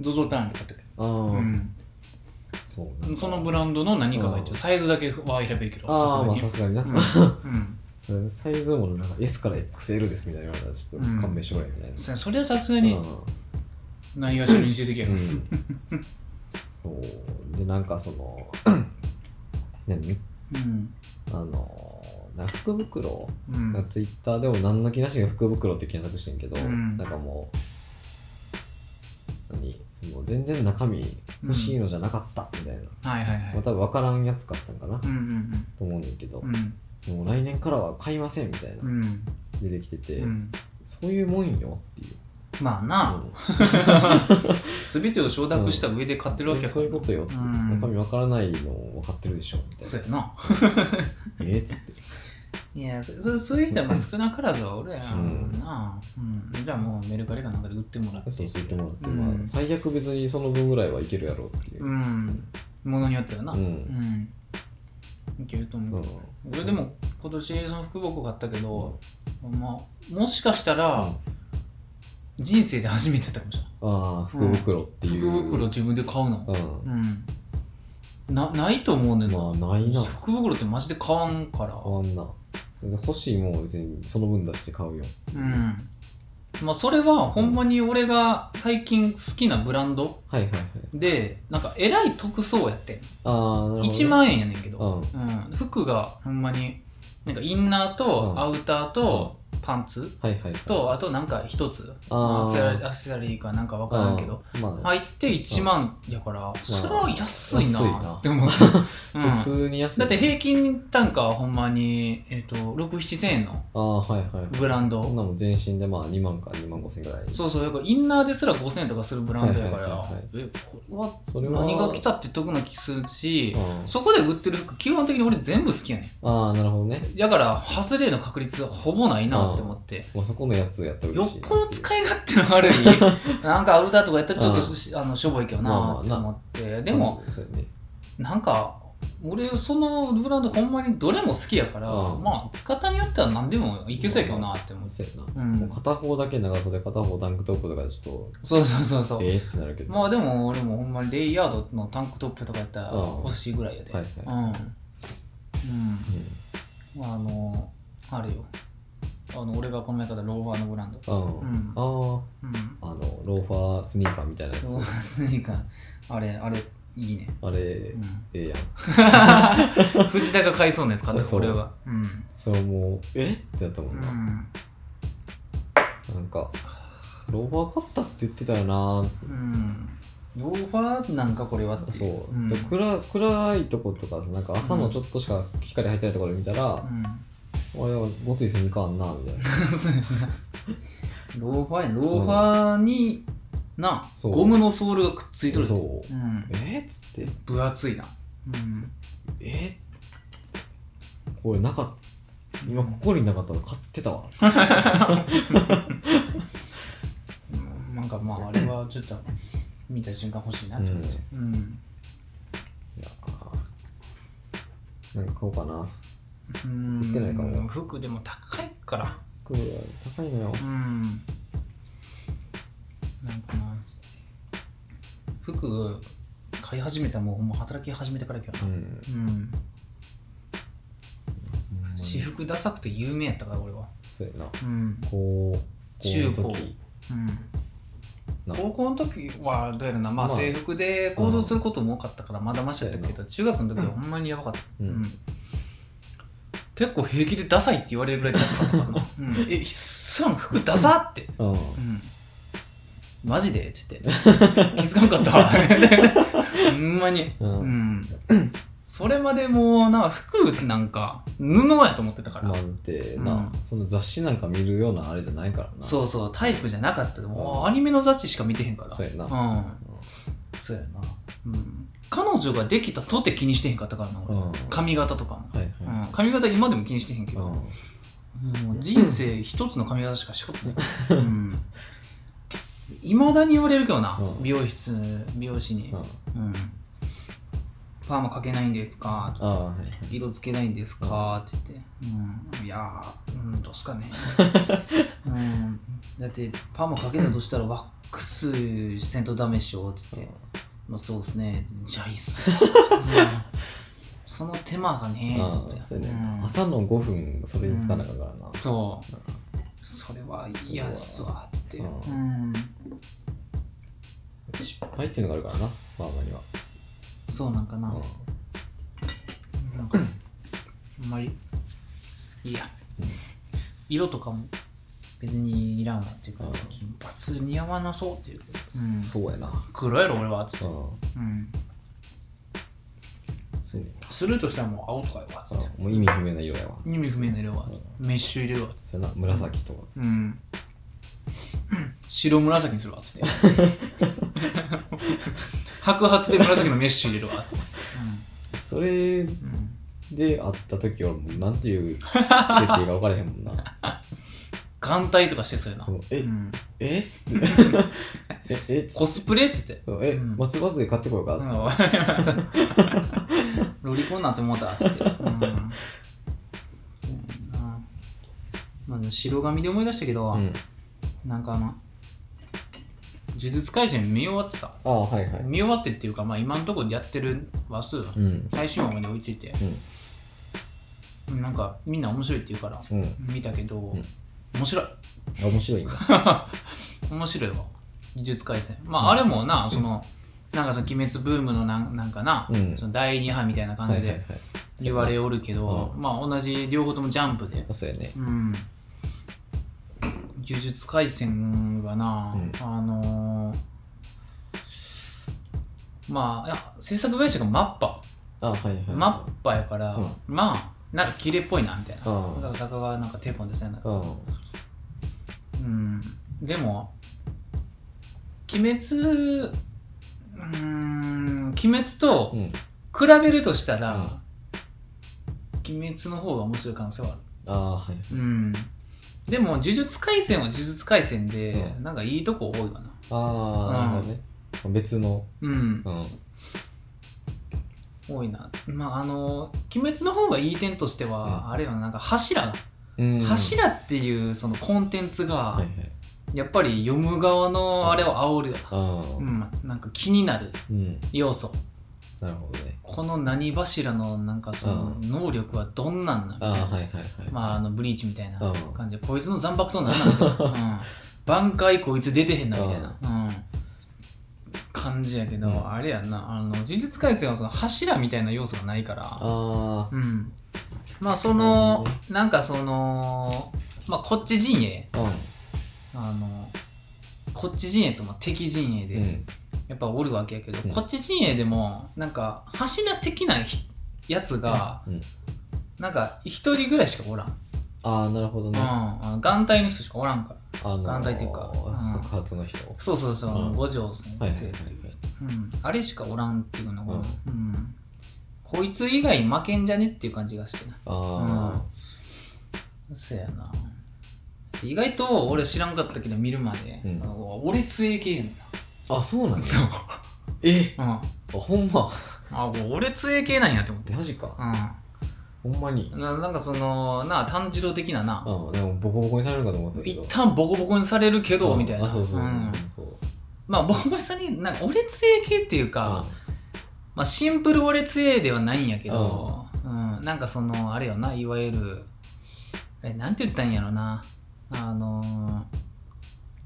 ゾゾターンで買ったけああ、ど、うん、そうなんだそのブランドの何かが入ってうんる。サイズだけは選べるけど、ああまあささすがにな、すがに。うん。サイズもなんか S から XL ですみたいな言われたらちょっとうん勘弁してもらえみたいな、うん、それはさすがうに内容書に成績やんろ。うんそうでなんかその 何うん。あのなんか福袋うん。なんかツイッターでも何の気なしに福袋って検索してんけど、うんなんかもう何もう全然中身欲しいのじゃなかったみたいな、はいはいはまい。あ、多分分からんやつ買ったんかな、うんと思うねんだけど、うんうん。もう来年からは買いませんみたいな、うん。うん。出てきてて、うん。そういうもんよっていうまあな、全てを承諾した上で買ってるわけやかそうらいうことうよ、ん中身わからないの分かってるでしょみたいそうやななえっつっていやそそそういう人はまあ少なからずは俺やな、うんうんじゃあもうメルカリかなんかで売ってもらってそうそう言ってもらって、うんまあ、最悪別にその分ぐらいはいけるやろうっていう、うんものによってはなううんん、いけると思う、うん俺でも今年その福箱買ったけど、まあ、もしかしたら人生で初めてだったかもしれないああ福袋っていう、福袋自分で買うのううんなないと思うねんんな、まあないな福袋ってマジで買わんから変わんな欲しいもんは別にその分出して買うようんまあそれはほんまに俺が最近好きなブランドはいはいはいでなんかえらい得そうやってんああなるほど、ね、 1万円やねんけど、うんうん、服がほんまになんかインナーとうんアウターとパンツはいはいとあとなんか一つあーまあアクセサリーアクセサリーかなんかわからんけどあーまあ、入って1万やからそれは安い安いななって思った、うん 普通に安いだって平均単価はほんまに、えっと67000円のああはいはいブランこドんなもん全身でまあ2万か2万5千ぐらいそうそうだからインナーですら5000円とかするブランドやから、はいはいはいはえいこそれれはは何が来たって得な気するしうんそこで売ってる服基本的に俺全部好きやねんああなるほどね、だから、外れの確率はほぼないなって思って。まあ、そこのやつやったらよ嬉っしいなぽど使い勝手の悪い、 なんかアウターとかやったらちょっとしあのしょぼいけどなって思って。でも、うんそうやねなんか、俺、そのブランドほんまにどれも好きやから、うんまあ、着方によっては何でもいけそうやけどなって思って。そうやな、うんもう片方だけ長袖片方タンクトップとかちょっそうそうそうそとう。えー、ってなるけどまあでも俺もほんまにレイヤードのタンクトップとかやったらうん欲しいぐらいやで。はいはうん。うん。うまああの、あれよ。あの、俺がこの前買ったローファーのブランド。ん、うんうんあーうん。あのローファースニーカーみたいなやつそうスニーカーあれあれいいね、あれ、う えん、えやん藤田が買いそうなやつ買ったそうこれはうん、それはもうえってやったもうんな、んなんかローファー買ったって言ってたよなうん、ローファーなんかこれはってそう、うんで暗暗いとことかなんか朝のちょっとしか光入ってないところ見たら、俺はごついスニーカーあんなみたいなうん、ローファーやローファーに、なそうゴムのソールがくっついとるとそううん、えっ、つって分厚いな、うん、えーこれなかった今ここになかったの買ってたわうんなんかまああれはちょっと見た瞬間欲しいなと思ってうん、いやーなんか買おうかなうん、売ってないかも服でも高いから服は高いのようん。なんかな、服買い始めたもうもう働き始めてからやけどうな。んうん。ほんまに私服ダサくて有名やったから俺は。そうやなうん。こう中高な高校の時はどうやらな、まあ、まあ制服で行動することも多かったからまだましやったけど、中学の時はほんまにやばかった、うん結構平気でダサいって言われるぐらいダサかったからな、うん、えひっそん服ダサってうんうんうんマジでっつって気づかんかったわほんまにうんうんそれまでもうな服なんか布やと思ってたから、まあ見てうんなその雑誌なんか見るようなあれじゃないからなそうそうタイプじゃなかったもううんアニメの雑誌しか見てへんからそうやなうんそうやな、うん、彼女ができたとて気にしてへんかったからなうん俺、はい髪型とかも、はいうん、髪型今でも気にしてへんけうど、んもう人生一つの髪型しかしこってない。いま、未だに言われるけどな、うん美容室、美容師に、ううんんパーマかけないんですかああはいはい色つけないんですか?」って言って「うん、いやーうんどうっす かね、うん」だってパーマかけたとしたらワックスせんとダメっしょ」って言って「まあ、そうですねじゃあいいっ すよ、うんその手間がね」あって言ってあそうやねうん朝の5分それにつかなかったからなそう。それは嫌っすわって言って。ううん。失敗っていうのがあるからなバーマにはそうなんかな。うんなんか、あんまり、いいや。色とかも別にいらんわっていうかうん、金髪似合わなそうっていう。うん。そうやな黒やろ俺はってう言って。んうん。そうやねするとしたらもう青とかやわって言って。うんもう意味不明な色やわ意味不明な色は。メッシュ入れるわって。そうやな紫とかうん。白紫にするわ っつって白髪で紫のメッシュ入れるわって、それうんうんで会った時俺もうなんていう設定が分からへんも んな眼帯とかしてそうやな、うんうえん えええコスプレって言ってそうえうん松葉杖買ってこようかっつってうんロリコンなんて思ったっつって、うん、そうやなまあでも白髪で思い出したけど、うんなんかあの呪術廻戦見終わってさああはいはい見終わってっていうか、まあ、今のところでやってる話数うん最新話まで追いついて、うんなんかみんな面白いって言うからうんうん見たけど、ん面白いあ面白いんだ 面白いわ呪術廻戦まあ、あれもなそのなんかその鬼滅ブームのなんなんかな、うんその第2波みたいな感はじいはいはでい言われおるけど、うまあ同じ両方ともジャンプであそうやねうん呪術廻戦はな、うんあのーまあいや制作会社がマッパ、あはいはいマッパやから、うんまあなんか綺麗っぽいなみたいな、うんだから坂がなんか手込んでそうやなうんうんでも「鬼滅」うーん「鬼滅」とうん比べるとしたら「うん鬼滅」の方が面白い可能性はあああはいるうんでも「呪術廻戦」は「呪術廻戦で」うなんかいいとこ多いわなああなるほどね別のうんうん多いなまああの「鬼滅」の方がいい点としては、うあれよななんか柱が、うん柱っていうそのコンテンツが、はいはいやっぱり読む側のあれを煽るよなああうん、なんか気になるうん要素なるほどねこの何柱のなんかそのう能力はどんなんなんみたあいあなはいはいはいまああのブリーチみたいなうん感じでこいつの残爆となんなんだ、うん、挽回こいつ出てへんなみたいな、うん、感じやけど、うんあれやんなあの呪術廻戦はその柱みたいな要素がないからあうんまあそなるほのどねなんかそのまあこっち陣営ああのこっち陣営とまあ敵陣営うで、んうんやっぱおるわけやけど、うんこっち陣営でもなんか柱的なひやつが、うんなんか一人ぐらいしかおらん、ああなるほどうん、ねあの眼帯の人しかおらんからあのー眼帯っていうかうん白髪の人そうそうそう、うん五条先生っていう、はいうん、あれしかおらんっていうのが、うんこいつ以外負けんじゃねっていう感じがしてなあそやな意外と俺知らんかったけど見るまで、うんあの俺強え系やねんああそうなんなだそう、えうん、ああほんま俺強え系なんやって思ってマジかうんほんまにななんかそのなあ炭治郎的なな、あでもボコボコにされるんかと思ってたけ一ど旦ボコボコにされるけど、うんみたいなあそうそうそんうそうまあボコボコにされるなんか俺強え系っていうか、あまあシンプル俺強えではないんやけど、うんなんかそのあれよないわゆるえなんて言ったんやろなあの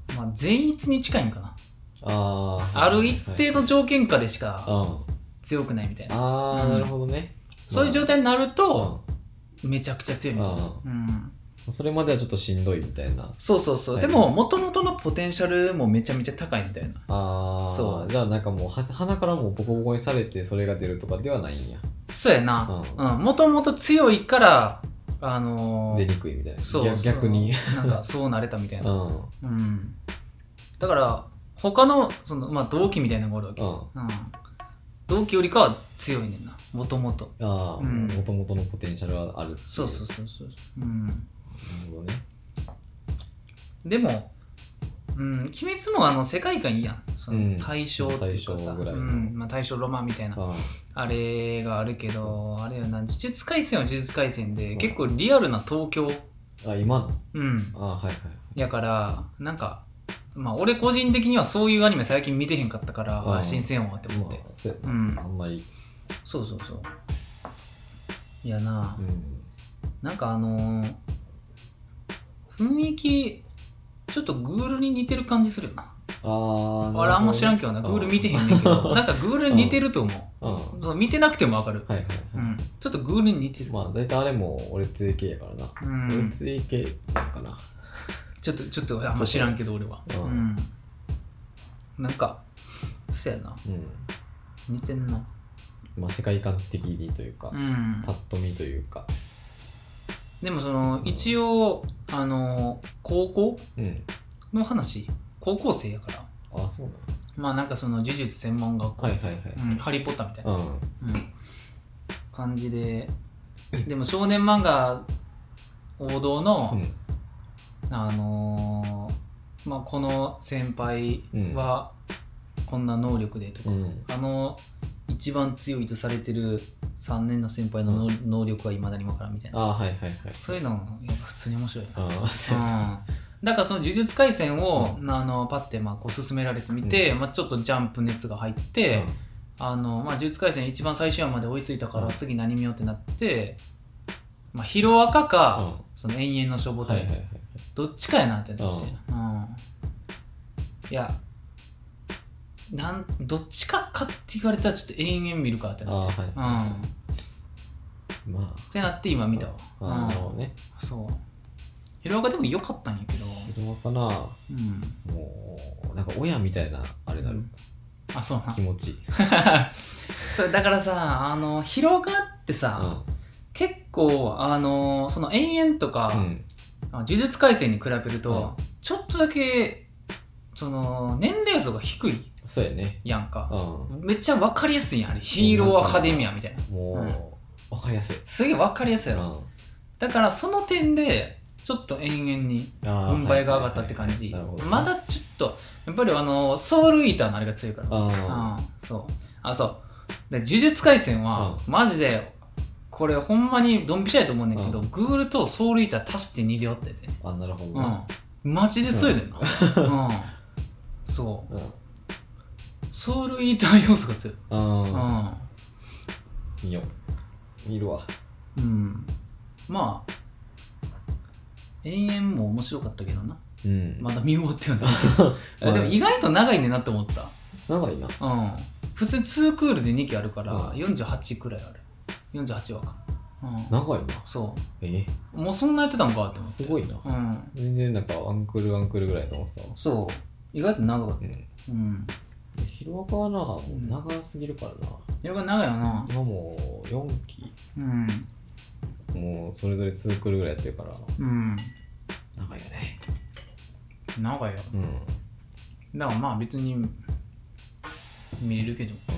ーまあ善逸に近いんかなあーある一はい定の条件下でしかあ強くないみたいな、あうんーなるほどねそういう状態になるまあと、めちゃくちゃ強いみたいな、あうん、うんそれまではちょっとしんどいみたいなそうそうそう、はいでももともとのポテンシャルもめちゃめちゃ高いみたいなああそうじゃあなんかもうは鼻からもうボコボコにされてそれが出るとかではないんやそうやな。うん。もともと強いから、あの出ー、にくいみたいなそう逆そう逆になんかそうなれたみたいうな。んうんうん。だから、他の、その、まあ、同期みたいなのがおるわけ。あうん。同期よりかは強いねんな。もともと。あうんもともとのポテンシャルはあるっていそうそうそうそう。うん。なるほどねでも、うん、鬼滅もあの世界観いいやん。そうんの対象っていうかさ、大正ぐらいうのんまあ、対象ロマンみたいなああれがあるけど、あれよな、呪術廻戦は呪術廻戦で、結構リアルな東京、ああ今のうん、ああはいはいやからなんかまあ俺個人的にはそういうアニメ最近見てへんかったから、うんあ新鮮やわって思って、まあそうやうんあんまりそうそうそういやな、うんなんかあのー雰囲気ちょっとグールに似てる感じするよなああ俺あんま知らんけどなグール見てへんねんけど、 うんなんかグールに似てると思うんはう、見てなくてもわかる、いはいうん、ちょっとグールに似てる、まあ大体あれも俺追系やからなう俺ん、追系かなちょっとちょっとあんま知らんけど俺はうんうん、なんかそうやなうん似てんなまあ世界観的にというかうんパッと見というかでもその一応あの高校うんの話高校生やからあそうなのまあなんかその呪術専門学校、はいはいはいうん、ハリー・ポッターみたいな、うんうん、感じででも少年漫画王道の、うんあのーまあ、この先輩はこんな能力でとか、うんあの一番強いとされてる3年の先輩の能,、力はいまだに分からんみたいなあはいはいはいそういうのやっぱ普通に面白いな、あーそうやっうたん、だからその「呪術廻戦を」あのパッてまあこう進められてみて、まあ、ちょっとジャンプ熱が入って、あのまあ、呪術廻戦一番最終話まで追いついたからうん次何見ようってなって、まあ、ヒロアカか、うんその永遠の消防は隊、いはいはいどっちかやなってなって、うんいやなんどっちかかって言われたらちょっと永遠見るかってなっあーて、うはん、っいまてなって今見たわ、ああーなるうほどねん、そうヒロアカでも良かったんやけど、車かなうん、もうなんか親みたいなあれだろあそう な気持ち それだからさあの疲労があってうさ、ん結構あのその延々とか、うんあ呪術廻戦に比べると、うんちょっとだけその年齢層が低いそうやねやんか、うめっちゃ分かりやすいやんあれヒーローアカデミアみたいなんもうわかりやすいすげえ分かりやすいやろ、うんだからその点でちょっと延々にあー軍配が上がったって感じ、はいはいはいなるほどまだちょっとやっぱりあのソウルイーターのあれが強いからあうんそうあそうで呪術廻戦は、マジでこれほんまにドンピシャやと思うねんだけど、うグールとソウルイーター足して2で割ったやつやねーあなるほどなうんマジでそうやねんなうん、そううんソウルイーター要素が強いあうん、ー見よう見るわうん、まあ永遠も面白かったけどなうんまだ見終わっては ないけどでも意外と長いねんなって思った長いなうん、普通に2クールで2期あるから、うん48くらいある48話か、うん、長いなそえうもうそんなやってたんかって思ってすごいなうん全然なんかアンクルアンクルぐらいと思ってたわそう意外と長かっうんたうんヒロアカはなもう長すぎるからな色が長いよな今もう4期うんもうそれぞれ2クールぐらいやってるからうん長いよね長いようんまだあからまあ別に見れるけどまあ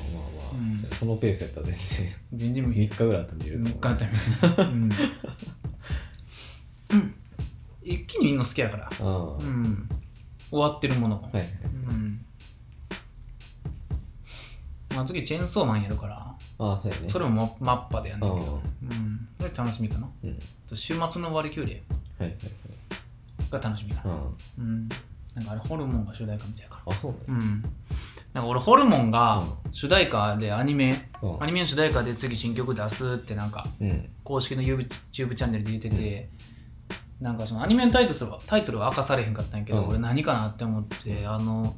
うんまあそのペースやったら全然全然見れ3る日ぐらいあったら見れると3日思あうったみたいなうん、うん、一気にみんな好きやからうんうはん終わってるものがいはいうんまあ次チェーンソーマンやるからああそうやねそれもママッパでやんねんけどあうんそれ楽しみかなうんあと週末の割り切りはいはいはいが楽しみかうなんうんなんかあれホルモンが主題歌みたいやかあそうねらうんなんか俺ホルモンがう主題歌でアニメうんアニメの主題歌で次新曲出すってなんかうん公式の YouTube チャンネルで言ってて、なんかそのアニメのタイトルはタイトルは明かされへんかったんやけど、うん俺何かなって思ってあの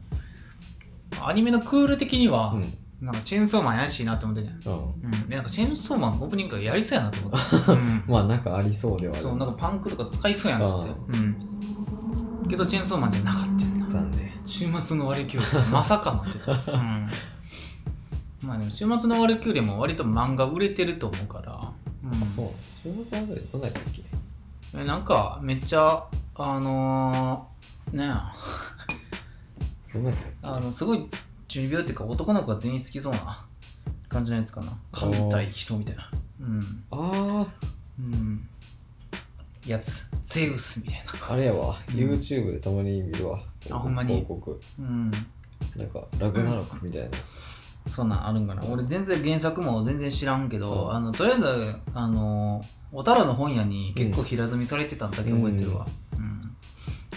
アニメのクール的にはう、んなんかチェーンソーマン怪しいなって思ってね、うんうん、でなんかチェーンソーマンオープニングからやりそうやなと思 って、うんまあなんかありそうではあるそうなんかパンクとか使いそうやんっつって、うん、けどチェーンソーマンじゃなかったよな残念週末の割り切れまさかのって、うん、まあでも週末の割り切れも割と漫画売れてると思うから、うん、そう週末あたりどんなやったっけえなんかめっちゃあのー、ねえどんなやったっけあのすごい中病っていうか男の子が全員好きそうな感じのやつかな神対人みたいなうんあうんやつゼウスみたいなああれやわ、うん YouTube でたまに見るわあほんまに広告うんなんかラグナロクみたいな、そんなんあるんかな俺全然原作も全然知らんけど、うんあのとりあえずあの小樽の本屋に結構平積みされてたんだけ覚えてるわうん、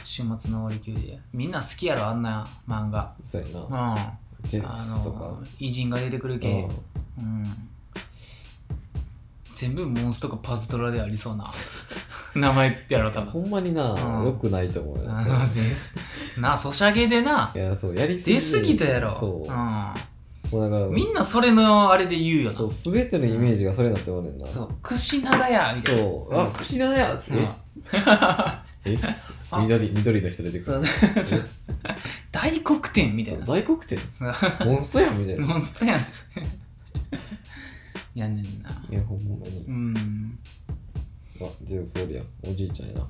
週末の終わり休でみんな好きやろあんな漫画そうやうんなあジェスとかの偉人が出てくる系、うん全部モンストかパズドラでありそうな名前ってやろ多うんほ分んまにな、うんよくないと思うよあのですなあソシャゲでないやそうやりすぎ出すぎたやろそう、うもうだからん、みんなそれのあれで言うよそうな全てのイメージがそれになってもらえんなそう串灘やみたいなそうあ串なやって、うんえ あ緑緑の人出てくそるう 大黒天みたいな大黒天モンストやんみたいなモンスターやん ってやんねんないやほんまにうんあゼウスおるやんおじいちゃんやな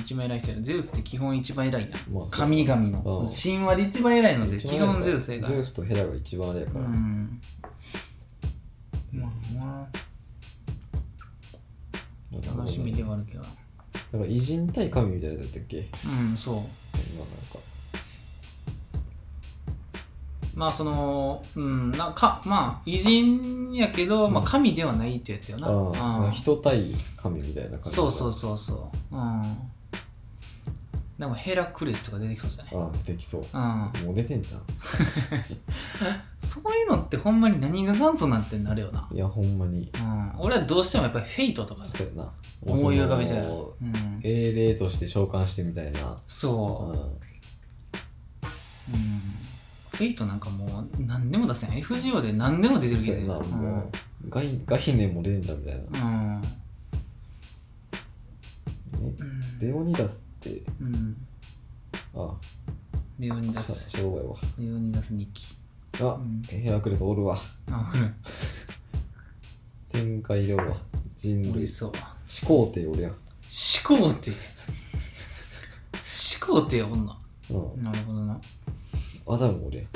一番偉い人やゼウスって基本一番偉いなまあ、神々うんの神話で一番偉いので基本ゼウスやからゼウスとヘラが一番あれやかうら、んまなるあほど楽しみではあるけどなんか偉人対神みたいなやつだったっけうんそうまあなんかまあそのうんなんかまあ偉人やけど、まあ、神ではないってやつよな、うんああまあ人対神みたいな感じそうそうそうそううんでもヘラクレスとか出てきそうじゃないああできそううんもう出てんじゃんそういうのってほんまに何が元祖なんてなるよな、いやほんまにうん、俺はどうしてもやっぱりフェイトとかさそうやな思い浮かべちゃ、もそううん、英霊として召喚してみたいなそう、うんうんフェイトなんかもう何でも出せん FGO で何でも出てるけそうやどなもう概概念も出てんじゃんみたいなうんねうんレオニダスってうんあレオニあダスしょうがレオニダス日記いわあうんヘラクレスおるわあほら天界でおるわ人おり類そう始皇帝おるやん始皇帝始皇帝おんなうんなるほどなアダムおるやん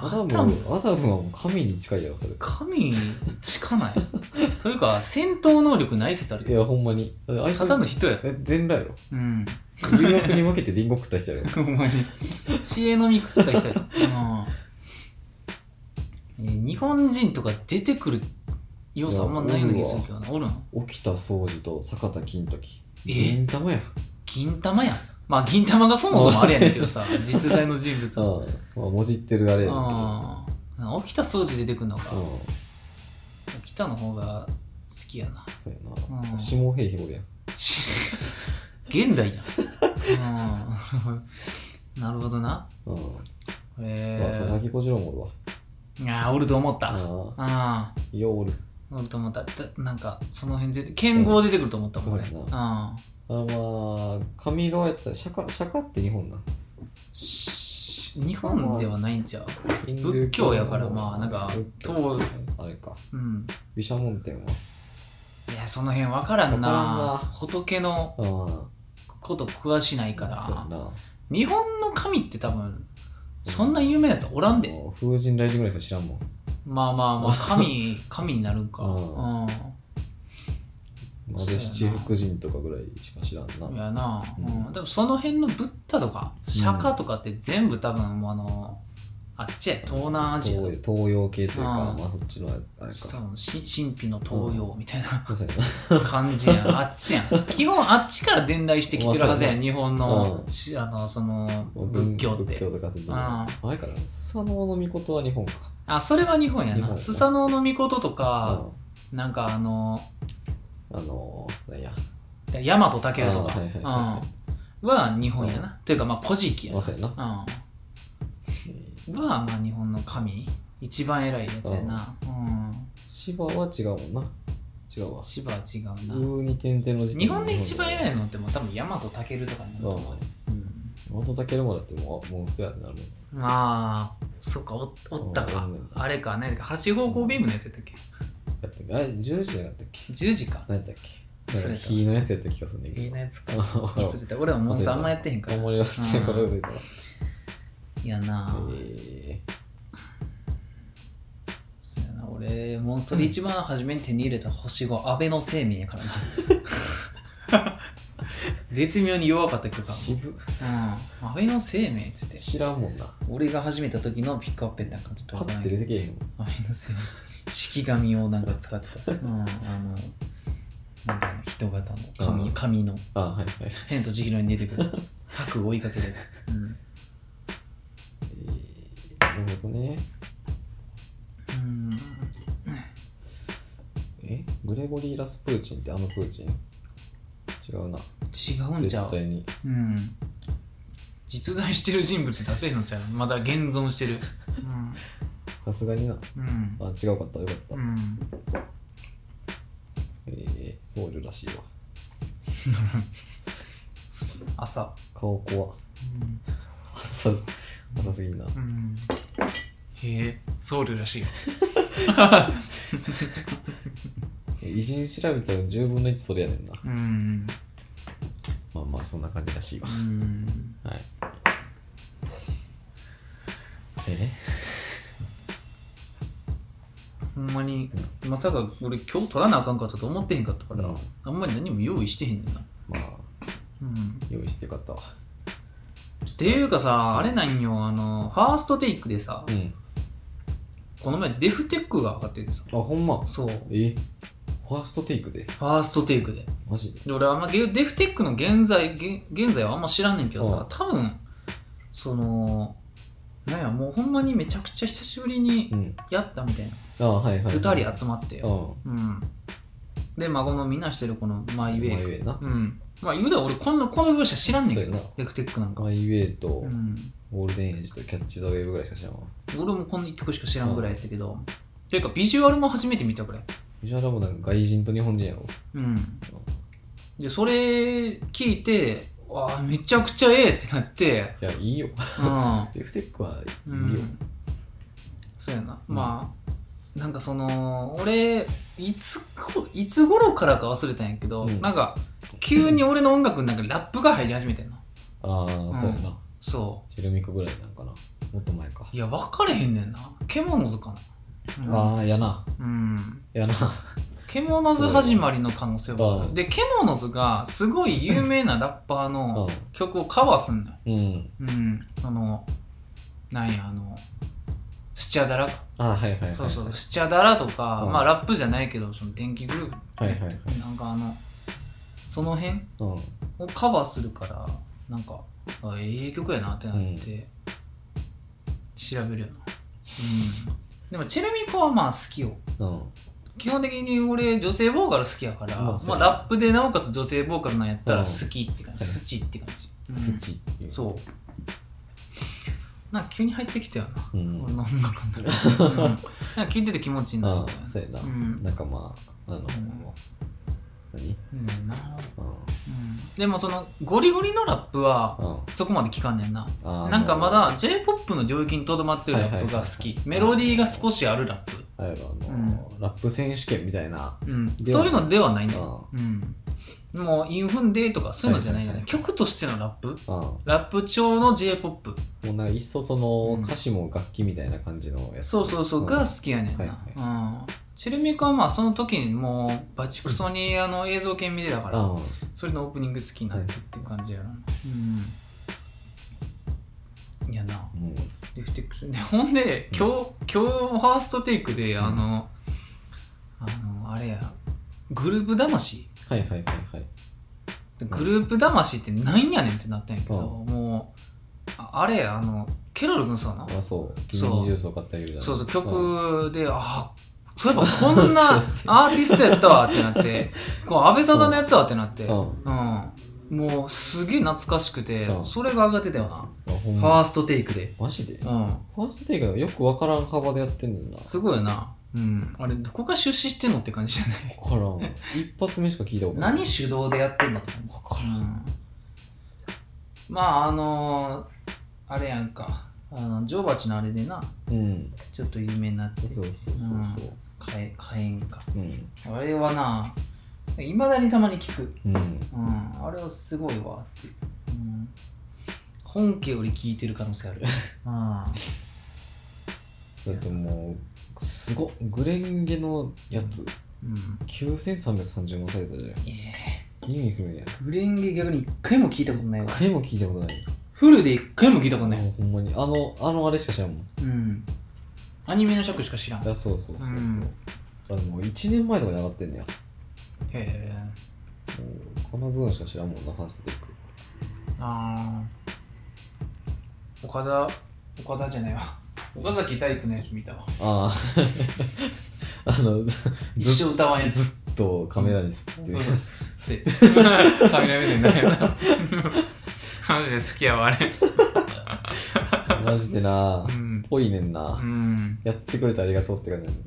アダ頭ムアダムはもう神に近いやろそれ神に近ない というか戦闘能力ない説あるいけやほんまにだってあいどつただの人やえ全裸やろう ん留学に負けて隣国食った人やろほんまに知恵のみ食った人や な、えー日本人とか出てくる要素あんまないような気がするけどなおるん沖田総司と坂田金時え銀玉や銀玉やんまあ銀玉がそもそもあれやねんけどさ 実在の人物ああさまあもじってるあれやねんけどうん沖田総司出てくるのかうん沖田の方が好きやな そうやな、うん下平日おるやんし現代やん、うん、 なるほどなうん、うわえ佐々木小次郎もおるわー、いやーおると思ったああああようおるおると思っただなんかその辺で剣豪出てくると思ったもんねそううやんあまあ髪色やったら釈迦釈迦って日本なし日本ではないんちゃうヒンドゥー仏教やからまあなんか仏教東あれかうん毘沙門天はいやその辺分からんなわからんな仏のあこと詳しないかあそうやらな日本の神って多分そんな有名なやつおらんで、もう風神雷神ぐらいしか知らんもんまあま あまあ神神になるんかううんん、まそうやずな七福神とかぐらいしか知らんなやな、ううんんでもその辺のブッダとか釈迦とかって全部多分もうあのあっちや東南アジア東東洋系というかうんまあそっちのあれかそうし神秘の東洋みたいなそうやな感じやん、あっちや ん基本あっちから伝来してきてるはずやまあそうやん日本の,うんし、あのそのまあ仏教って仏教とかってああれかなスサノオノミコトは日本かあそれは日本や日本やななスサノオノミコトとか、うんなんかあのあのー、なんやヤマトタケルとかあはいはいはうんは日本やな、というかまあ古事記やまなあそうやなうんは、まあ、日本の神一番偉いやつやな、うん、芝は違うもんな違うわ千葉は違うな、風に点々の時点日本で一番い偉いのってもう多分大和健とかになると思う、うん元だけでもだってもうもう一やってなるもんまあそっかおおったうかんあれかねはしご工ビームのやつやったっけやったっけあれ10時じゃなかったっけ10時か何やったっけなん忘かれた火のやつやった気がするねんけいいどなやつか忘忘れた俺はもうさあんまやってへんからあんまりやってないから忘れたわいやなあ、えそうやな俺モンストで一番初めに手に入れた星5安倍の生命やからな 絶妙に弱かったけどー、渋っうん、安倍の生命っつって知らんもんな俺が始めた時のピックアップやったんかちょっとパわからッんてけ出どてけえへんもん安倍の生命式紙をなんか使ってた、うん、あのなんか人型のう紙ん紙のあはいはい「千と千尋」に出てくる白を追いかける、うんえー、なるほどねうん、えグレゴリー・ラスプーチンってあのプーチン違うな違うんちゃ絶う、対にうん、実在してる人物出せへんのちゃうまだ現存してるさすがになうんうんあ違うかったよかった、うんえー、僧侶らしいわ朝顔怖 うん朝朝すぎんなうんへえ僧侶らしいよ偉人調べたら10分の1それやねんなうんまあまあそんな感じらしいわう。んはい。でね、ほんまにまさか俺今日取らなあかんかったと思ってへんかったから、うんあんまり何も用意してへんねんな、まあ、うん、用意してよかったわ。っていうかさあれなんよあのファーストテイクでさ、うん。この前デフテックが上がっててさあ、ほんま。そうえファーストテイクでファーストテイクでマジでで俺あんまゲデフテックの現在現現在はあんま知らんねんけどうんさ多分そのなんやもうほんまにめちゃくちゃ久しぶりにうん。やったみたいな、あはいはい、はい。 2人集まってうよ、ん。うん、で孫のみんなしてるこのママイウイェイウェイな。うんまあ言うたら俺こんなこの文章知らんねんそけうやどな。デフテックなんか、マイウェイとうん、ゴールデンエイジとキャッチ・ザ・ウェーブぐらいしか知らんわ。俺もこの1曲しか知らんぐらいやったけど、ていうかビジュアルも初めて見たぐらいビジュアルもなんか外人と日本人やろ。うんでそれ聞いてわあめちゃくちゃええってなっていや、いいよ。うんデフテックはいいよ。うんそうやな、うんまあなんかその俺いつこいつ頃からか忘れたんやけど、うんなんか急に俺の音楽の中にラップが入り始めてんのああ、んそうやな。そチェルミコぐらいなんかな。もっと前かう。いや分かれへんねんな獣図かなああ、やな。うん、うん、やな。獣図始まりの可能性はあうんるで獣図がすごい有名なラッパーのう曲をカバーすんのよん。うん。うんそのなんやあのスチャダラかああ、はいはいはい。そうそう、スチャダラとか、うんまあラップじゃないけど、その電気グループ、はいはいはいなんかあの、その辺うん。をカバーするから、なんか、あええ曲やなってなって、調べるよな。うん。でも、チェルミコはまあ好きよ。うん。基本的に俺、女性ボーカル好きやから、ままああ、そうラップでなおかつ女性ボーカルなんやったらうん好きって感じ、はいスチって感じ。うん土っていう。そう。なんか急に入ってきたよな。う俺ん。の音楽の中にうんなんか聞いてて気持ちいいな あみたいあ、なそうやな。うんなんかまあ、あの、ん何うんなうん。うんでもそのゴリゴリのラップはうん。そこまで聞かんねんなあーなんかま、あだ j p o p の領域にとどまってるラップが好はいはいきはいメロディーが少しあるラップ、のあの、ラップ選手権みたいな、うん、ではそういうのではないねあうんもうインフンデーとかそういうのじゃないよね、はいはい曲としてのラップうん、もラップ調の j p o p うなんかいっそそのうん歌詞も楽器みたいな感じのやつ。そうそうそう、うんが好きやねんな、はういんチェルミコはまあその時にもうバチクソにあの映像系見てたから、うん。それのオープニング好きになってっていう感じやな、うんいやなうんリフテックスでほんで今日、今日ファーストテイクでんあの、あのあれやグループ魂はいはいはいはい。グループ魂ってなんやねんってなったんやけど、もうああれやあのケロル君さな、あ、そう。急そうにジュースを買ったりみたいな。そうそううん。曲で、あそういえばこん なアーティストやったわってなってこう安倍貞のやつはってなって、うんうん、もうすげえ懐かしくて、うんそれが上がってたよな、あ、ほんファま。ーストテイクで、マジでうフん、ァーストテイクはよくわからん幅でやってんねんな。すごいよな、うん、あれどこが出資してんのって感じじゃないわからん。一発目しか聞いたことない。何主導でやってんのって感じわからん。うんまああのーあれやんかあの女王蜂のあれでなうん。ちょっと有名になってそうそうそうそう。火炎火炎かうん。あれはないまだにたまに聞く、うん。うん、あれはすごいわっていう、うん、本家より聞いてる可能性ある、うんだってもう、すごっグレンゲのやつ、うん、 9330万再生だじえゃん。意味不明やな。ーグレンゲ逆に一回も聞いたことないわ一回も聞いたことない。フルで一回も聞いたことないあほんまに。あの、あのあれしか知らんもん。うんアニメの尺しか知らんいへや、そうそうそうそう。うんあでも1年前とかに上がってんねや。えうん、この分しか知らんもんな、ファーストテイク。あー岡田岡田じゃないわ岡崎体育のやつ見たわあ あ。あの、ず一ず生歌わんやつずっとカメラに吸ってそうる。そう。せっ。カメラ目線になるよな。マジで好きやわ、あれ。マジでなう、ん。ぽいねんうな。ん。やってくれてありがとうって感じだね。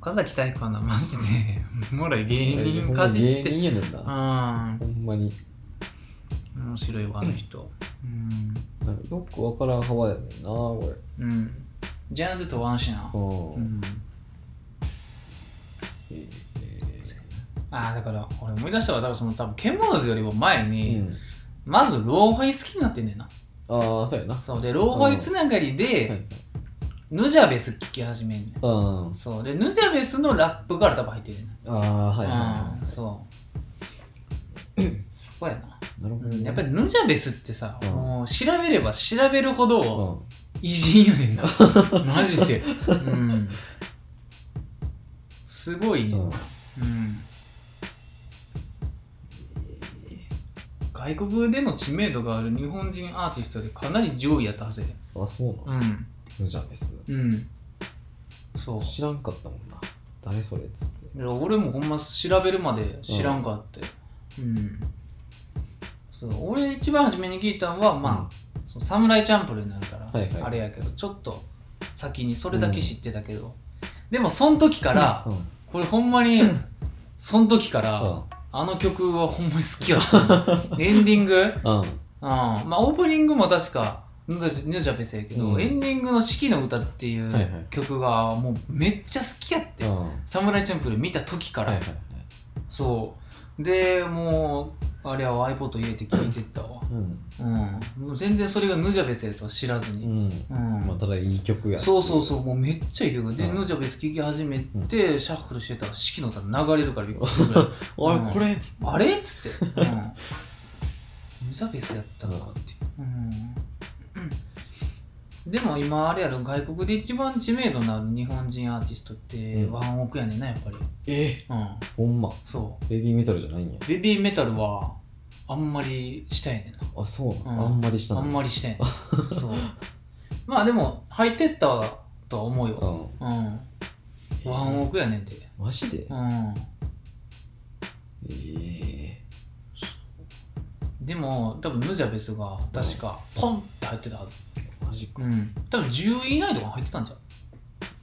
岡崎体育はな、マジで、おもろい芸ほ人んまかにじっ芸て。人やねんうな。ん。ほんまに。面白いわ、あの人。うん。なんかよくわからん幅やねんな、これ。うん。ジャンルとワンシャン。う。うんん。えーああ、だから、俺思い出したわ。だから、その、多分、ケンモノズよりも前うに、んまずローファイ好きになってんねんなああそうやなはそうでローファイつながりいはでいヌジャベス聴き始めんねんうんそうでヌジャベスのラップから多分入ってるねんなああはいはいはうんそうそこやな、いなるほうどんねやっぱりヌジャベスってさ、うんもう調べれば調べるほうどん偉人やね んなマジでうんすごいねうんうん外国での知名度がある日本人アーティストでかなり上位やったはずやであそうなうんのじゃあ別うんそう知らんかったもんな誰それっつっていや俺もほんま調べるまで知らんかってうん、そう俺一番初めに聞いたのはまあ、その侍チャンプルーになるから、はいはいあれやけどちょっと先にそれだけ知ってたけど、でもその時から、うんこれほんま にその時から、うんあの曲はほんまに好きや ったエンディング、うん、うんまあオープニングも確かヌージャペスやけど、うんエンディングの「四季の歌」っていはいはいう曲がもうめっちゃ好きやって、うんはサムライチャンプルー見た時かいら、はいはいそうでもうあれは iPod 入れて聴いてったわうんうんもう全然それがヌジャベスやとは知らずうにんうん、まあただいい曲やそうそうそううもうめっちゃいい曲で、うんヌジャベス聴き始めて、シャッフルしてたら四季の歌流れるからびっくりするぐらいおいうんこれっつって あれっつって、うん、ヌジャベスやったのかっていう、うん、でも今あれやろ外国で一番知名度のある日本人アーティストってうんワンオクやねんなやっぱりえうんほんまそうベビーメタルじゃないんやベビーメタルはあんまりしたいねんなあそうなうんのあんまりしたあのんまりしたいね んそうまあでも入ってったとは思うよううんワンオークやねんてんマジでうんえでも多分ヌジャベスが確かポンって入ってたはずえマジかうん多分10位以内とか入ってたんじゃう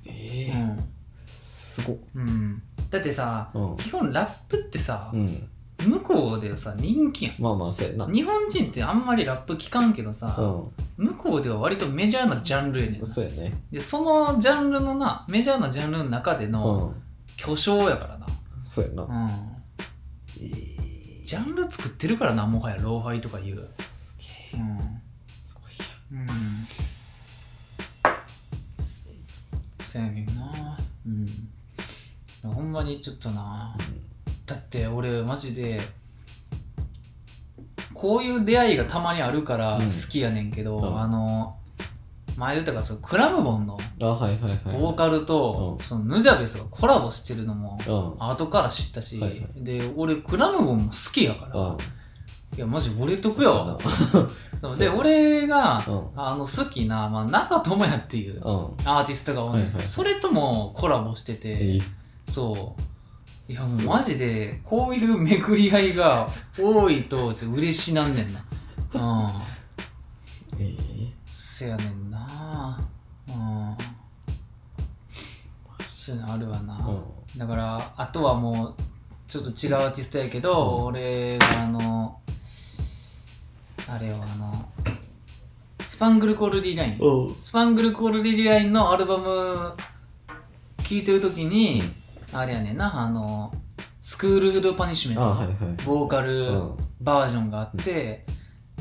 ええすごっうん、うん、だってさうん基本ラップってさ、うん向こうでさ人気やんまあまあそうやな日本人ってあんまりラップ聞かんけどさ、う向こうでは割とメジャーなジャンルやねんなんそうやねでそのジャンルのなメジャーなジャンルの中でうのん巨匠やからな、そうやなうん、ええジャンル作ってるからなもはやローファイとかいう、すげえうんすごいやうん、そうやねんなうんほんまにちょっとなだって俺マジでこういう出会いがたまにあるからうん好きやねんけど、うんあの前言ったからそのクラムボンのあはいはいはいボーカルと、うんそのヌジャベスがコラボしてるのもうん後から知ったし、はいはいで俺クラムボンも好きやから、あいやマジ俺得そうややわなそうそうでや俺が、うんあの好きな、まあ、中智也っていう うんアーティストがおんねんはいはいそれともコラボしてて、ええそういやもうマジでこういう巡り合いが多いとちょっと嬉しなんねんなうんええせやねんなうんそういうのあるわな、うだからあとはもうちょっと違うアーティストやけど、うん俺があのあれはあのスパングルコールディラインんスパングルコールディラインのアルバム聴いてる時にあれやねんなあのスクールフードパニッシュメンあトはいはいボーカうルんバージョンがあって、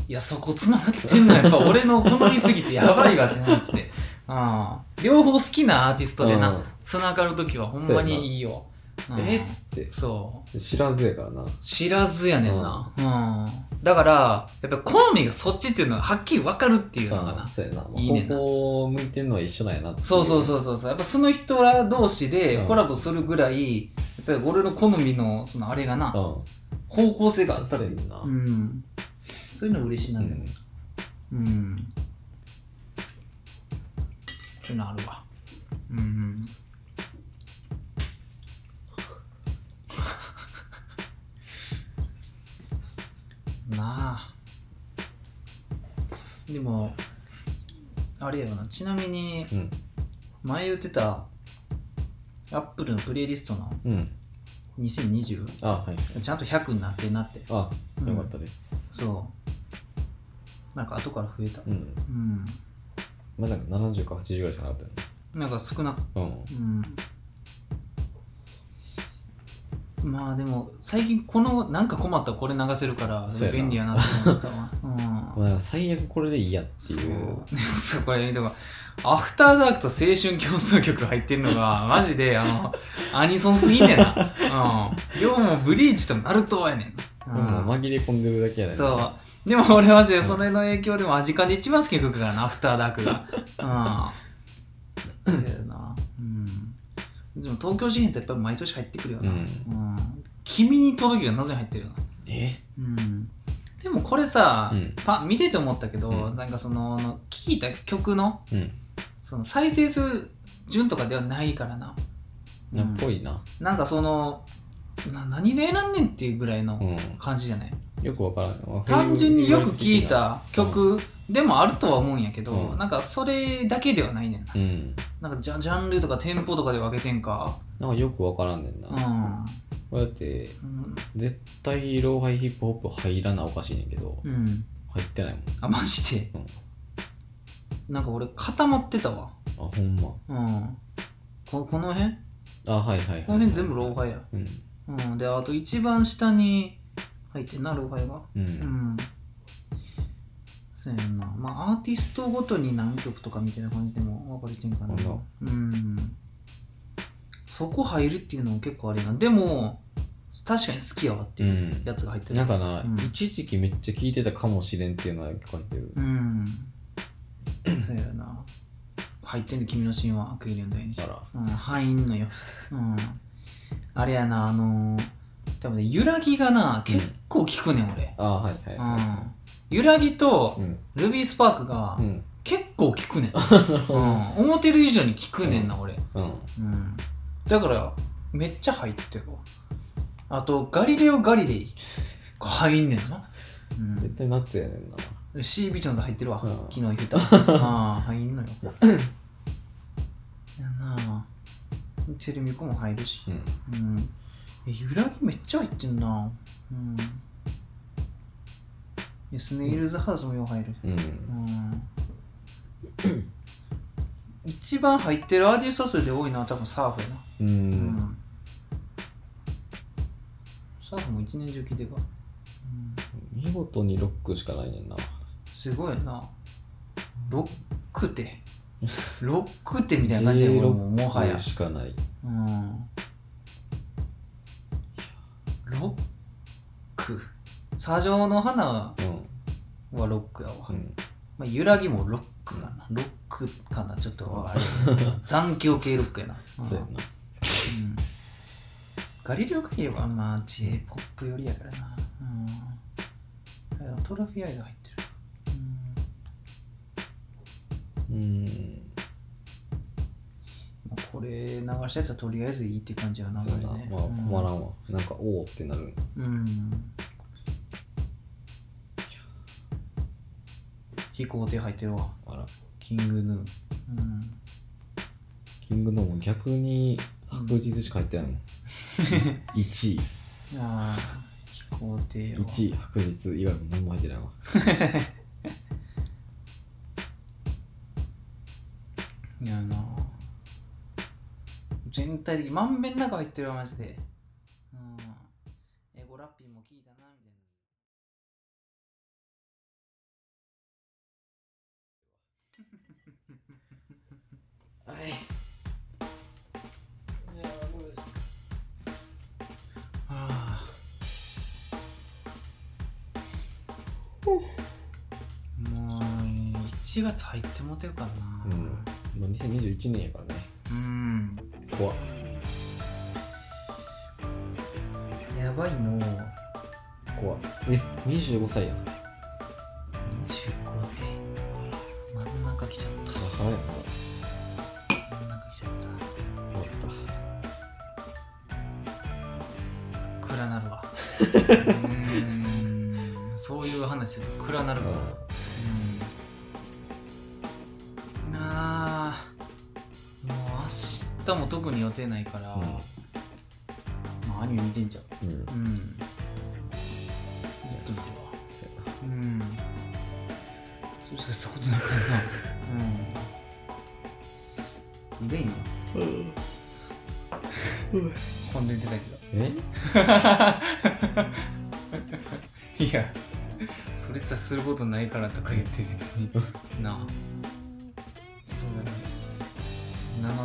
いやそこ繋がってんのやっぱ俺の好みすぎてやばいわってな って、うん、両方好きなアーティストでな、うん繋がる時はほんまにいいよ。うんえっつってそう知らずやからな知らずやねんな、うん、だからやっぱり好みがそっちっていうのははっきり分かるっていうのかあなそうやなまあいいねんなここを向いてんのは一緒なんやなっていそうそうそうそうそうやっぱその人ら同士でうんコラボするぐらいやっぱり俺の好みのそのあれがなうん方向性があったそうっやていうねんなうんそういうの嬉しいなうんだよねんうんそういうのあるわうんなあでもあれやなちなみにうん前言ってたアップルのプレイリストのうん2020あはいちゃんと100になってんなってあうんよかったですそうなんか後から増えたうんうんまあなんか70か80ぐらいしかなかったよねなんか少なかったうんうんまあでも最近このなんか困ったらこれ流せるからそうやな便利やなって思ったわうん まあ、だから最悪これでいいやってそういう。そうこれ見てもアフターダークと青春競争曲入ってんのがマジであのアニソンすぎんねんな、うん、量もブリーチとナルトやねんこれもな、う紛れ込んでるだけやねんなそうでも俺はそれの影響でもアジカンで一番好きな曲からなアフターダークがうんそうやなうんでも東京事変ってやっぱり毎年入ってくるよな、うんうん君に届けが謎に入ってるよなえうんでもこれさ、うんパ見てて思ったけど、うんなんかその聴いた曲のうん。その再生数順とかではないからな、なうんっぽいな。なんかそのな何で選んねんっていうぐらいうのん。感じじゃない、よくわからん。単純によく聴い。た曲でもあるとは思うんやけど、うんなんかそれだけではないねんな,、うん。なんかジャジャンルとかテンポとかで分けてんかなんかよくわからんねんな。うん、これだって、うん絶対ローハイヒップホップ入らなおかしいねんけど、うん、入ってないもん。あマジで、なんか俺固まってたわあ、ほんま。うんここの辺あ、はいはいはい。この辺全部老廃や。うん。うん。で、あと一番下に入ってんな、老廃が。う。うんん。そうやんな。まあ、アーティストごとに何曲とかみたいな感じでも分かれてんかなほんと。うん。そこ入るっていうのも結構あれやな。でも、確かに好きやわってう。いうんやつが入ってる。なんかな、うん一時期めっちゃ聞いてたかもしれんっていうのは書いてる。うん。そうやな。入ってんの、君の神話、アクエリオン大日だ。から、うん、入んのよ。うん。あれやな、あのー、多分ね、揺らぎがな、うん結構効くねん、俺。あ、はいはいはうん。揺らぎとい。、うん。ルビースパークがう、ん。結構効くねん。 うん。思ってる以上に効くねんな、俺。うん。うん。だから、めっちゃ入ってるわ。あと、ガリレオ・ガリレイが入んねんな。うん絶。対夏やねんな。シービジョンズ入ってるわ、うん昨日言って たああ入んのよやなあチェルミコも入るしうん。うんえ揺らぎめっちゃ入ってんなうんでスネイルズハウスもよう入るうんう。ん一番入ってるアーティスト数で多いのは多分サーフやなうう。んんサーフも一年中聴いてるわうん見事にロックしかないねんな。すごいな。ロック テ。ロックテみたいな感じで、 J 俺ロもうもはッやク。しかない。うん。ロック。砂上の花はうん。ロックやわ。うん。まあ、揺らぎもロックかな。ロックかな。ちょっとあれ。 残響系ロックやな。うんそうやな。うんガリレオ・ガリレイはまあ J-POP よりやからな。うんあでも、トロフィーアイズ入ってる。うんうん。もうこれ流したやつはとりあえずいいって感じはなそうやれな。ねまあ困らんわ。なんか、おおってなる。うん、うん飛行艇入ってるわあら。キングヌー、うん、キングノーも逆に白日しか入ってないもん。1位。ああ飛行艇は1位、白日以外も何も入ってないわ。いやな全体的にまんべんなく入ってるわマジでうんエゴラッピーも聞いたなみたいなはい。ああもう1月入ってもうてるからなうん。まあ、2021年やからね。うん、怖っ。やばいのう怖っ。え、25歳やん。 25で真ん中来ちゃっあ、そうやな。た真ん中来ちゃっ終わった。た暗なるわうんそういう話すると暗なるわ、うんうなあもう明日も特に予定ないから、んまあアニメ見てんじゃんうん。うん。うんずっと見てるわそううんそうしたことなかったなうんでいいのやな。うん。本音出たけどえいやそれさすることないからとか言って別になあ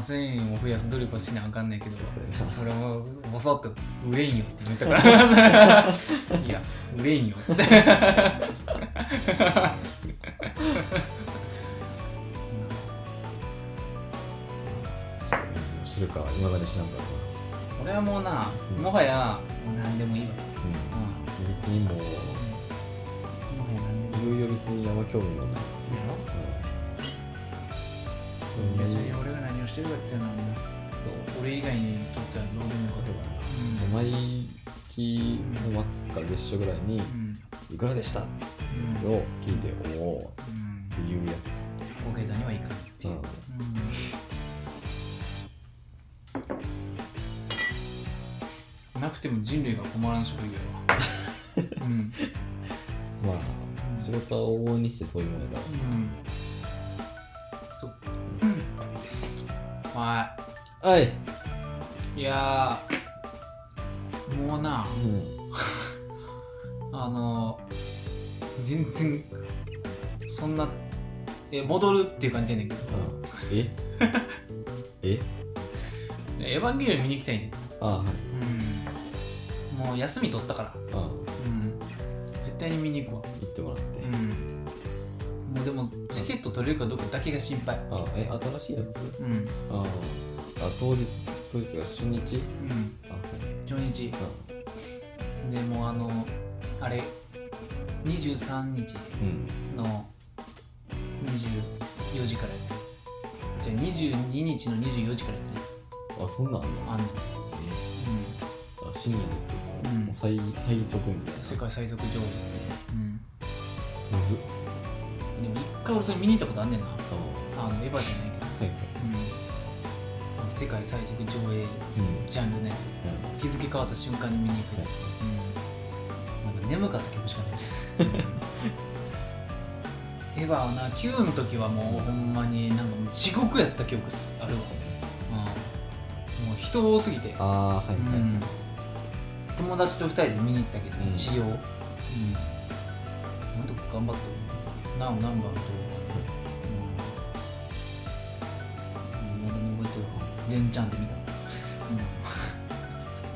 7000円を増やす努力はしなあかんねんけどそうやな俺もボソッと「売れんよ」って言ったからいや売れんよっつってうんするか今までしなかっ俺はもうなうんもはやもう何でもいいわ、たなうん別にもううん、もはや何でもいいいよいよ別にあんま興味もないやろうん別に俺が何をしてるかっていうのはもう俺以外にとってはどうでもいいことだそう毎月の末か月初ぐらいにうんうん「いくらでした?」ってやつを聞いて「おお」っうんていうや大げさにはいかんってつ、いうう、ん、うんなくても人類が困らん職業はうんまあ仕事は往々にしてそういうものだからうんそっかまあはい、いやーもうなうん、あの全然そんなえ戻るっていう感じやねんけどええ「エヴァンゲリオン」見に行きたいねんあはいうんもう休み取ったからあ行うん絶対に見に行くわってもらって、うんもうでもチケット取れるかどうかだけが心配あえ新しいやつうんうんああ当日当日が初日あ初日でもうあのあれ23日うんの24時からやったやつじゃあ22日の24時からやったやつあそんなんあんのあんのあ深夜に行ってうんもう最最速みたういんな世界最速上位うんむずっでも一回俺それ見に行ったことあんねんなあああのエヴァじゃないけどはいはういんその世界最速上映うんジャンルのやうんつ日付変わった瞬間に見に行くやつなんか眠かった気もしか ないエヴァはな9の時はもうほんまになんかもう地獄やった記憶っすあれは、うん、もう人多すぎて、ああはいうはいはいん、友達と2人で見に行ったけど、うん一応、うん、なんとか頑張ってなおナンバーと、うん、今でも覚えてる連チャンで見た、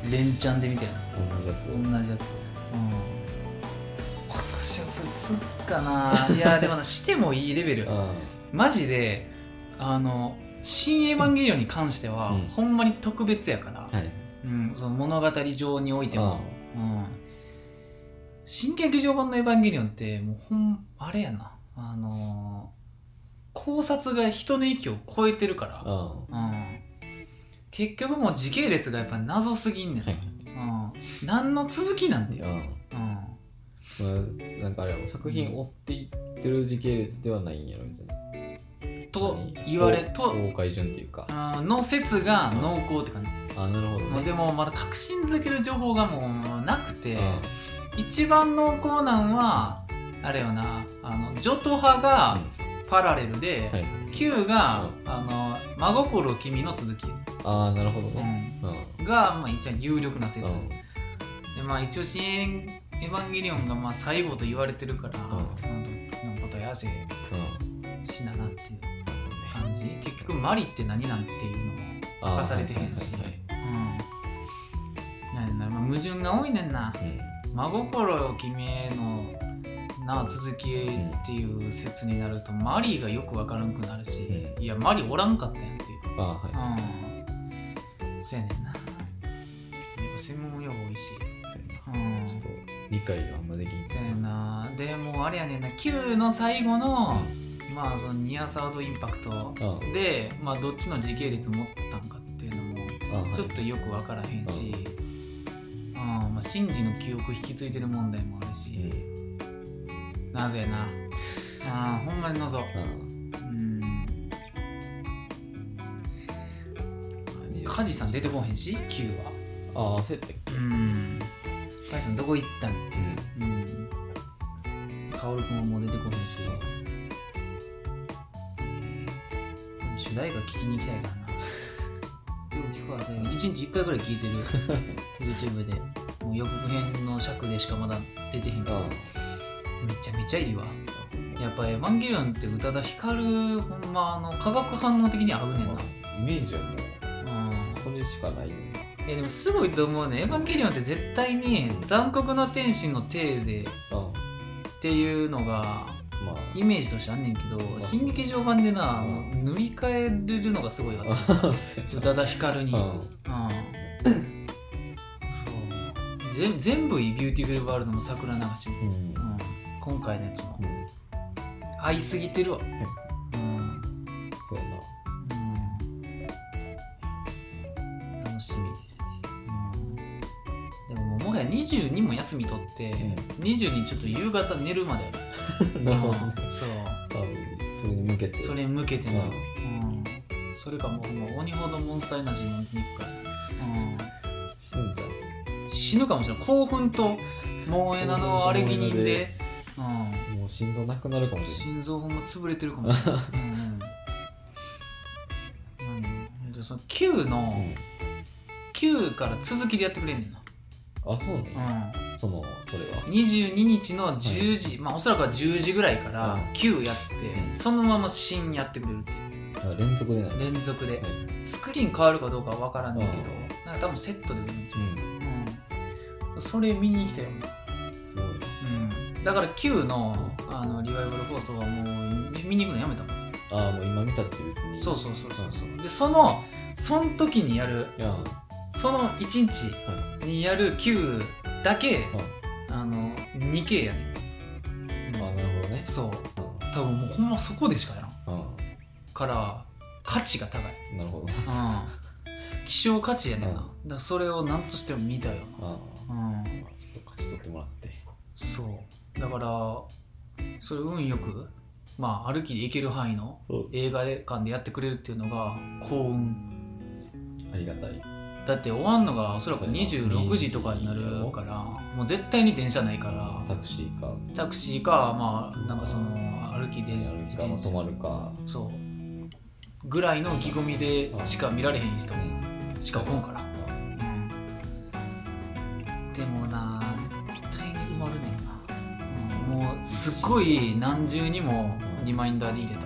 うん、 連チャンで見たよ同じやつ同じやつうん今年はそれすっか ないやでもなしてもいいレベルあマジであの「新エヴァンゲリオン」に関しては、うんほんまに特別やから、あはいうん、その物語上においてあも、うん、新劇場版の「エヴァンゲリオン」ってもうほんあれやなあのー考察が人の域を超えてるからあ、あうん、結局もう時系列がやっぱ謎すぎんねんあ、はいうん、何の続きなんてよ、あうん、あまあなんかあれやろ作品追っていってる時系列ではないんやろ別にと何言われことう公開順っていうかあーの説が濃厚って感じ、あなるほどまあねでもまだ確信づける情報がもうなくてあ一番濃厚なんはあれよなあのジョト派あがうんパラレルで、はい Q が、あの真心君の続き、ああなるほどうねん、うんが、まあ、一応有力な説、うんでまあ一応「新エヴァンゲリオン」がまあ最後と言われてるから、んうん、のことやせうんしななっていう感じ結局マリって何なんていうのもああ化されてへんしはいはいうんなんやなまあ矛盾が多いねんなはい真心よ君へのなあ続きっていう説になると、マリーがよくわからんくなるし、ういやマリーおらんかったやんっていううんああはいうんそうやねんなやっぱ専門用語多いしそうやうなんちょっと理解があんまできんそうやなでもうあれやねんな Q の最後の、まあそのニアサードインパクトあで、まあ、どっちの時系列持ったんかっていうのもあはいちょっとよく分からへんし、ああまあ、真珠の記憶引き継いでる問題もあるうし、んなぜやなああほんまに謎ああうん梶さん出てこへんし Q はああそうやったっけうん梶さんどこ行ったんうんうん薫君はもう出てこへんし主題歌聞きに行きたいからなでも聞くわ全員1日1回ぐらい聞いてる YouTube でもう予告編の尺でしかまだ出てへんけどあめちゃめちゃいいわやっぱ「エヴァンゲリオン」って宇多田ヒカルほんまあの化学反応的に合うねんな、まあイメージはもうんうそれしかないよねいやでもすごいと思うね「エヴァンゲリオン」って絶対に「残酷の天使のテーゼ」っあていうのがまあイメージとしてあんねんけど「新劇場版」でなうんもう塗り替えれるのがすごいわあーそうや宇多田ヒカルに、なうんそうぜん全部いいビューティフルワールドも桜流しも、うんううんん、今回のやつもうん合いすぎてるわ、うんそうやなうん楽しみ、うん、でももはや22も休み取って、22ちょっと夕方寝るまでやるなるほどねうんそう多分それに向けてそれに向けてな、ううんん、それかもうもう鬼ほどモンスターエナジー飲んでいくから、死んじゃうん、死ぬかもしれない興奮とモンエナのアレギニンで、うん、うもう心臓なくなるかもしれない心臓ほんま潰れてるかも しれない、うんうんうん、でその9の、うん9から続きでやってくれんねんな、あそうねそのそれは22日の10時、まあおそらくは10時ぐらいからうん9やって、うんそのまま新やってくれるっていあ連続でなうい連続ではいスクリーン変わるかどうかは分からんねんけど、うなんか多分セットで出るんちゃうんう、うん、それ見に行きたいよね、すごいなうん、だから9のあのリバイバル放送はもう見に行くのやめたもんああもう今見たって別にそうそうそうそうそうでそのその時にやるいやその1日にやる9だけ、あの 2K やねあなるほどねそううん多分もうほんまそこでしかやらんうから価値が高い、んなるほどなうん、希少価値やねんな、だうんからそれを何としても見たよああなうんまあちょっと勝ち取ってもらってそうだからそれ運よくまあ歩きで行ける範囲の映画館でやってくれるっていうのが幸運ありがたいだって終わんのがおそらくそうやな26時とかになるからもう絶対に電車ないからタクシーかタクシーかまあなんかその歩きでや自るか転止車まるかそうぐらいの意気込みでしか見られへん人しか来んから、あでもな絶対に埋まるねんな、もうすっごい何重にもリマインダーで入れた、う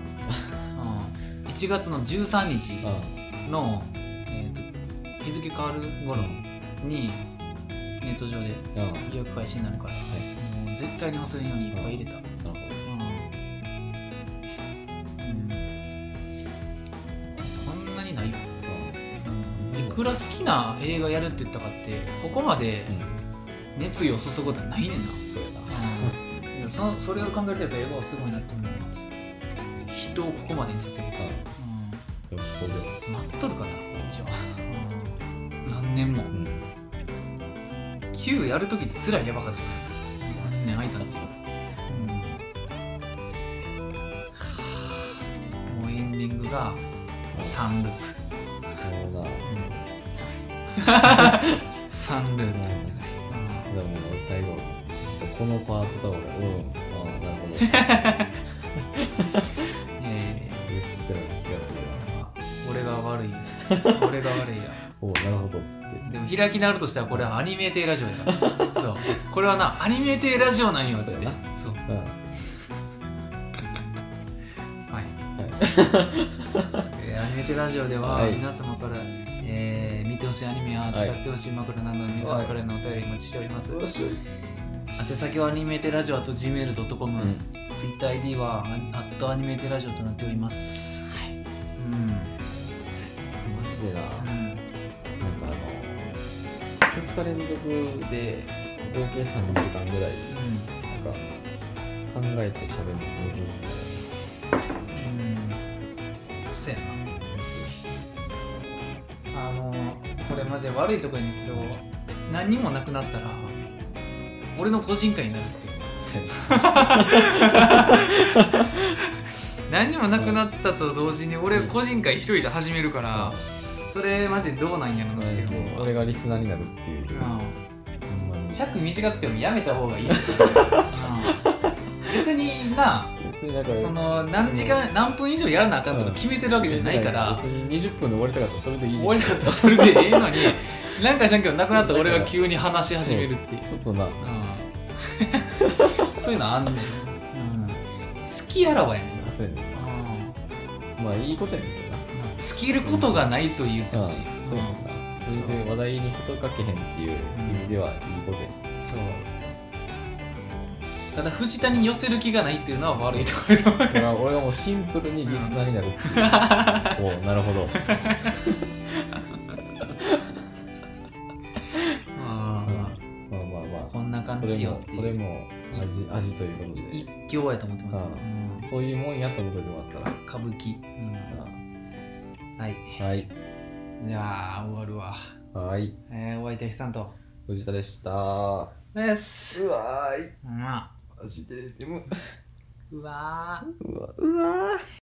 ん、1月の13日の、えーと日付変わる頃にネット上であああ予約開始になるから、もう絶対に忘れんようにいっぱい入れた、なるほどうんこんなにないよ、うんいくら好きな映画やるって言ったかってここまでうん熱意を注ぐことはないねんそうやなな、うん、そそれを考えるとやっぱ映画はすごいなって思う人をここまでにさせる、あよっぽどうん、待っとるかなこっちは、うん、何年もうん9やるときすらやばかった何年空いたっていう、うんはあもうエンディングが3ループもうなもう3ループ、うんでも最後このパートだ俺うんああなる ほどえー言ってたような気がするな俺が 悪い俺が悪いやおおなるほどっつってでも開き直るとしたらこれはアニメーテイラジオや からそうこれはなアニメーテイラジオなんよっつっそうてやそううんはいはいえーアニメテラジオでははい皆様から、えー見てほしいアニメやい使ってほしい枕など皆様からのお便りお待ちしております、宛先はアニメテラジオ at gmail.com、うん TwitterID はアットアニメテラジオとなっておりますはいマジでななんかあの2日連続で合計3時間ぐらいなんか考えて喋るのむずいなうんうんうんせやなあのこれマジで悪いとこやねんけど何もなくなったら俺の個人会になるっていうそうやな何もなくなったと同時に俺個人会一人で始めるからそれマジどうなんやろなって思う俺がリスナーになるっていう、うほんまんに 尺短くてもやめた方がいいうん別にな別になんかその何時間、何分以上やらなあかんとか決めてるわけじゃないから、別に20分で終わりたかったらそれでいい終わりだったらそれでええ のになんかしゃんけどなくなった俺が急に話し始めるっていう、ちょっとなうん そういうのあんねん、うん、好きあらばやねんそうやねうんまあいいことやねんけどな尽きることがないと言ってほしい、そうやねんなそれで話題に事かけへんっていう意味ではいいことやねんそうただ藤田に寄せる気がないっていうのは悪いところだと思 うだから俺がもうシンプルにリスナーになるっていう、おうなるほどまあまあまあこんな感そじれよもってそいれうも味味ということで一興やと思ってもらっうた、そういうもんやったことでもあったらうん歌舞伎、うんはいはいじゃあ終わるわはいえー、お相手はさんと藤田でしたうわですーいまあマジででもうわーうわうわー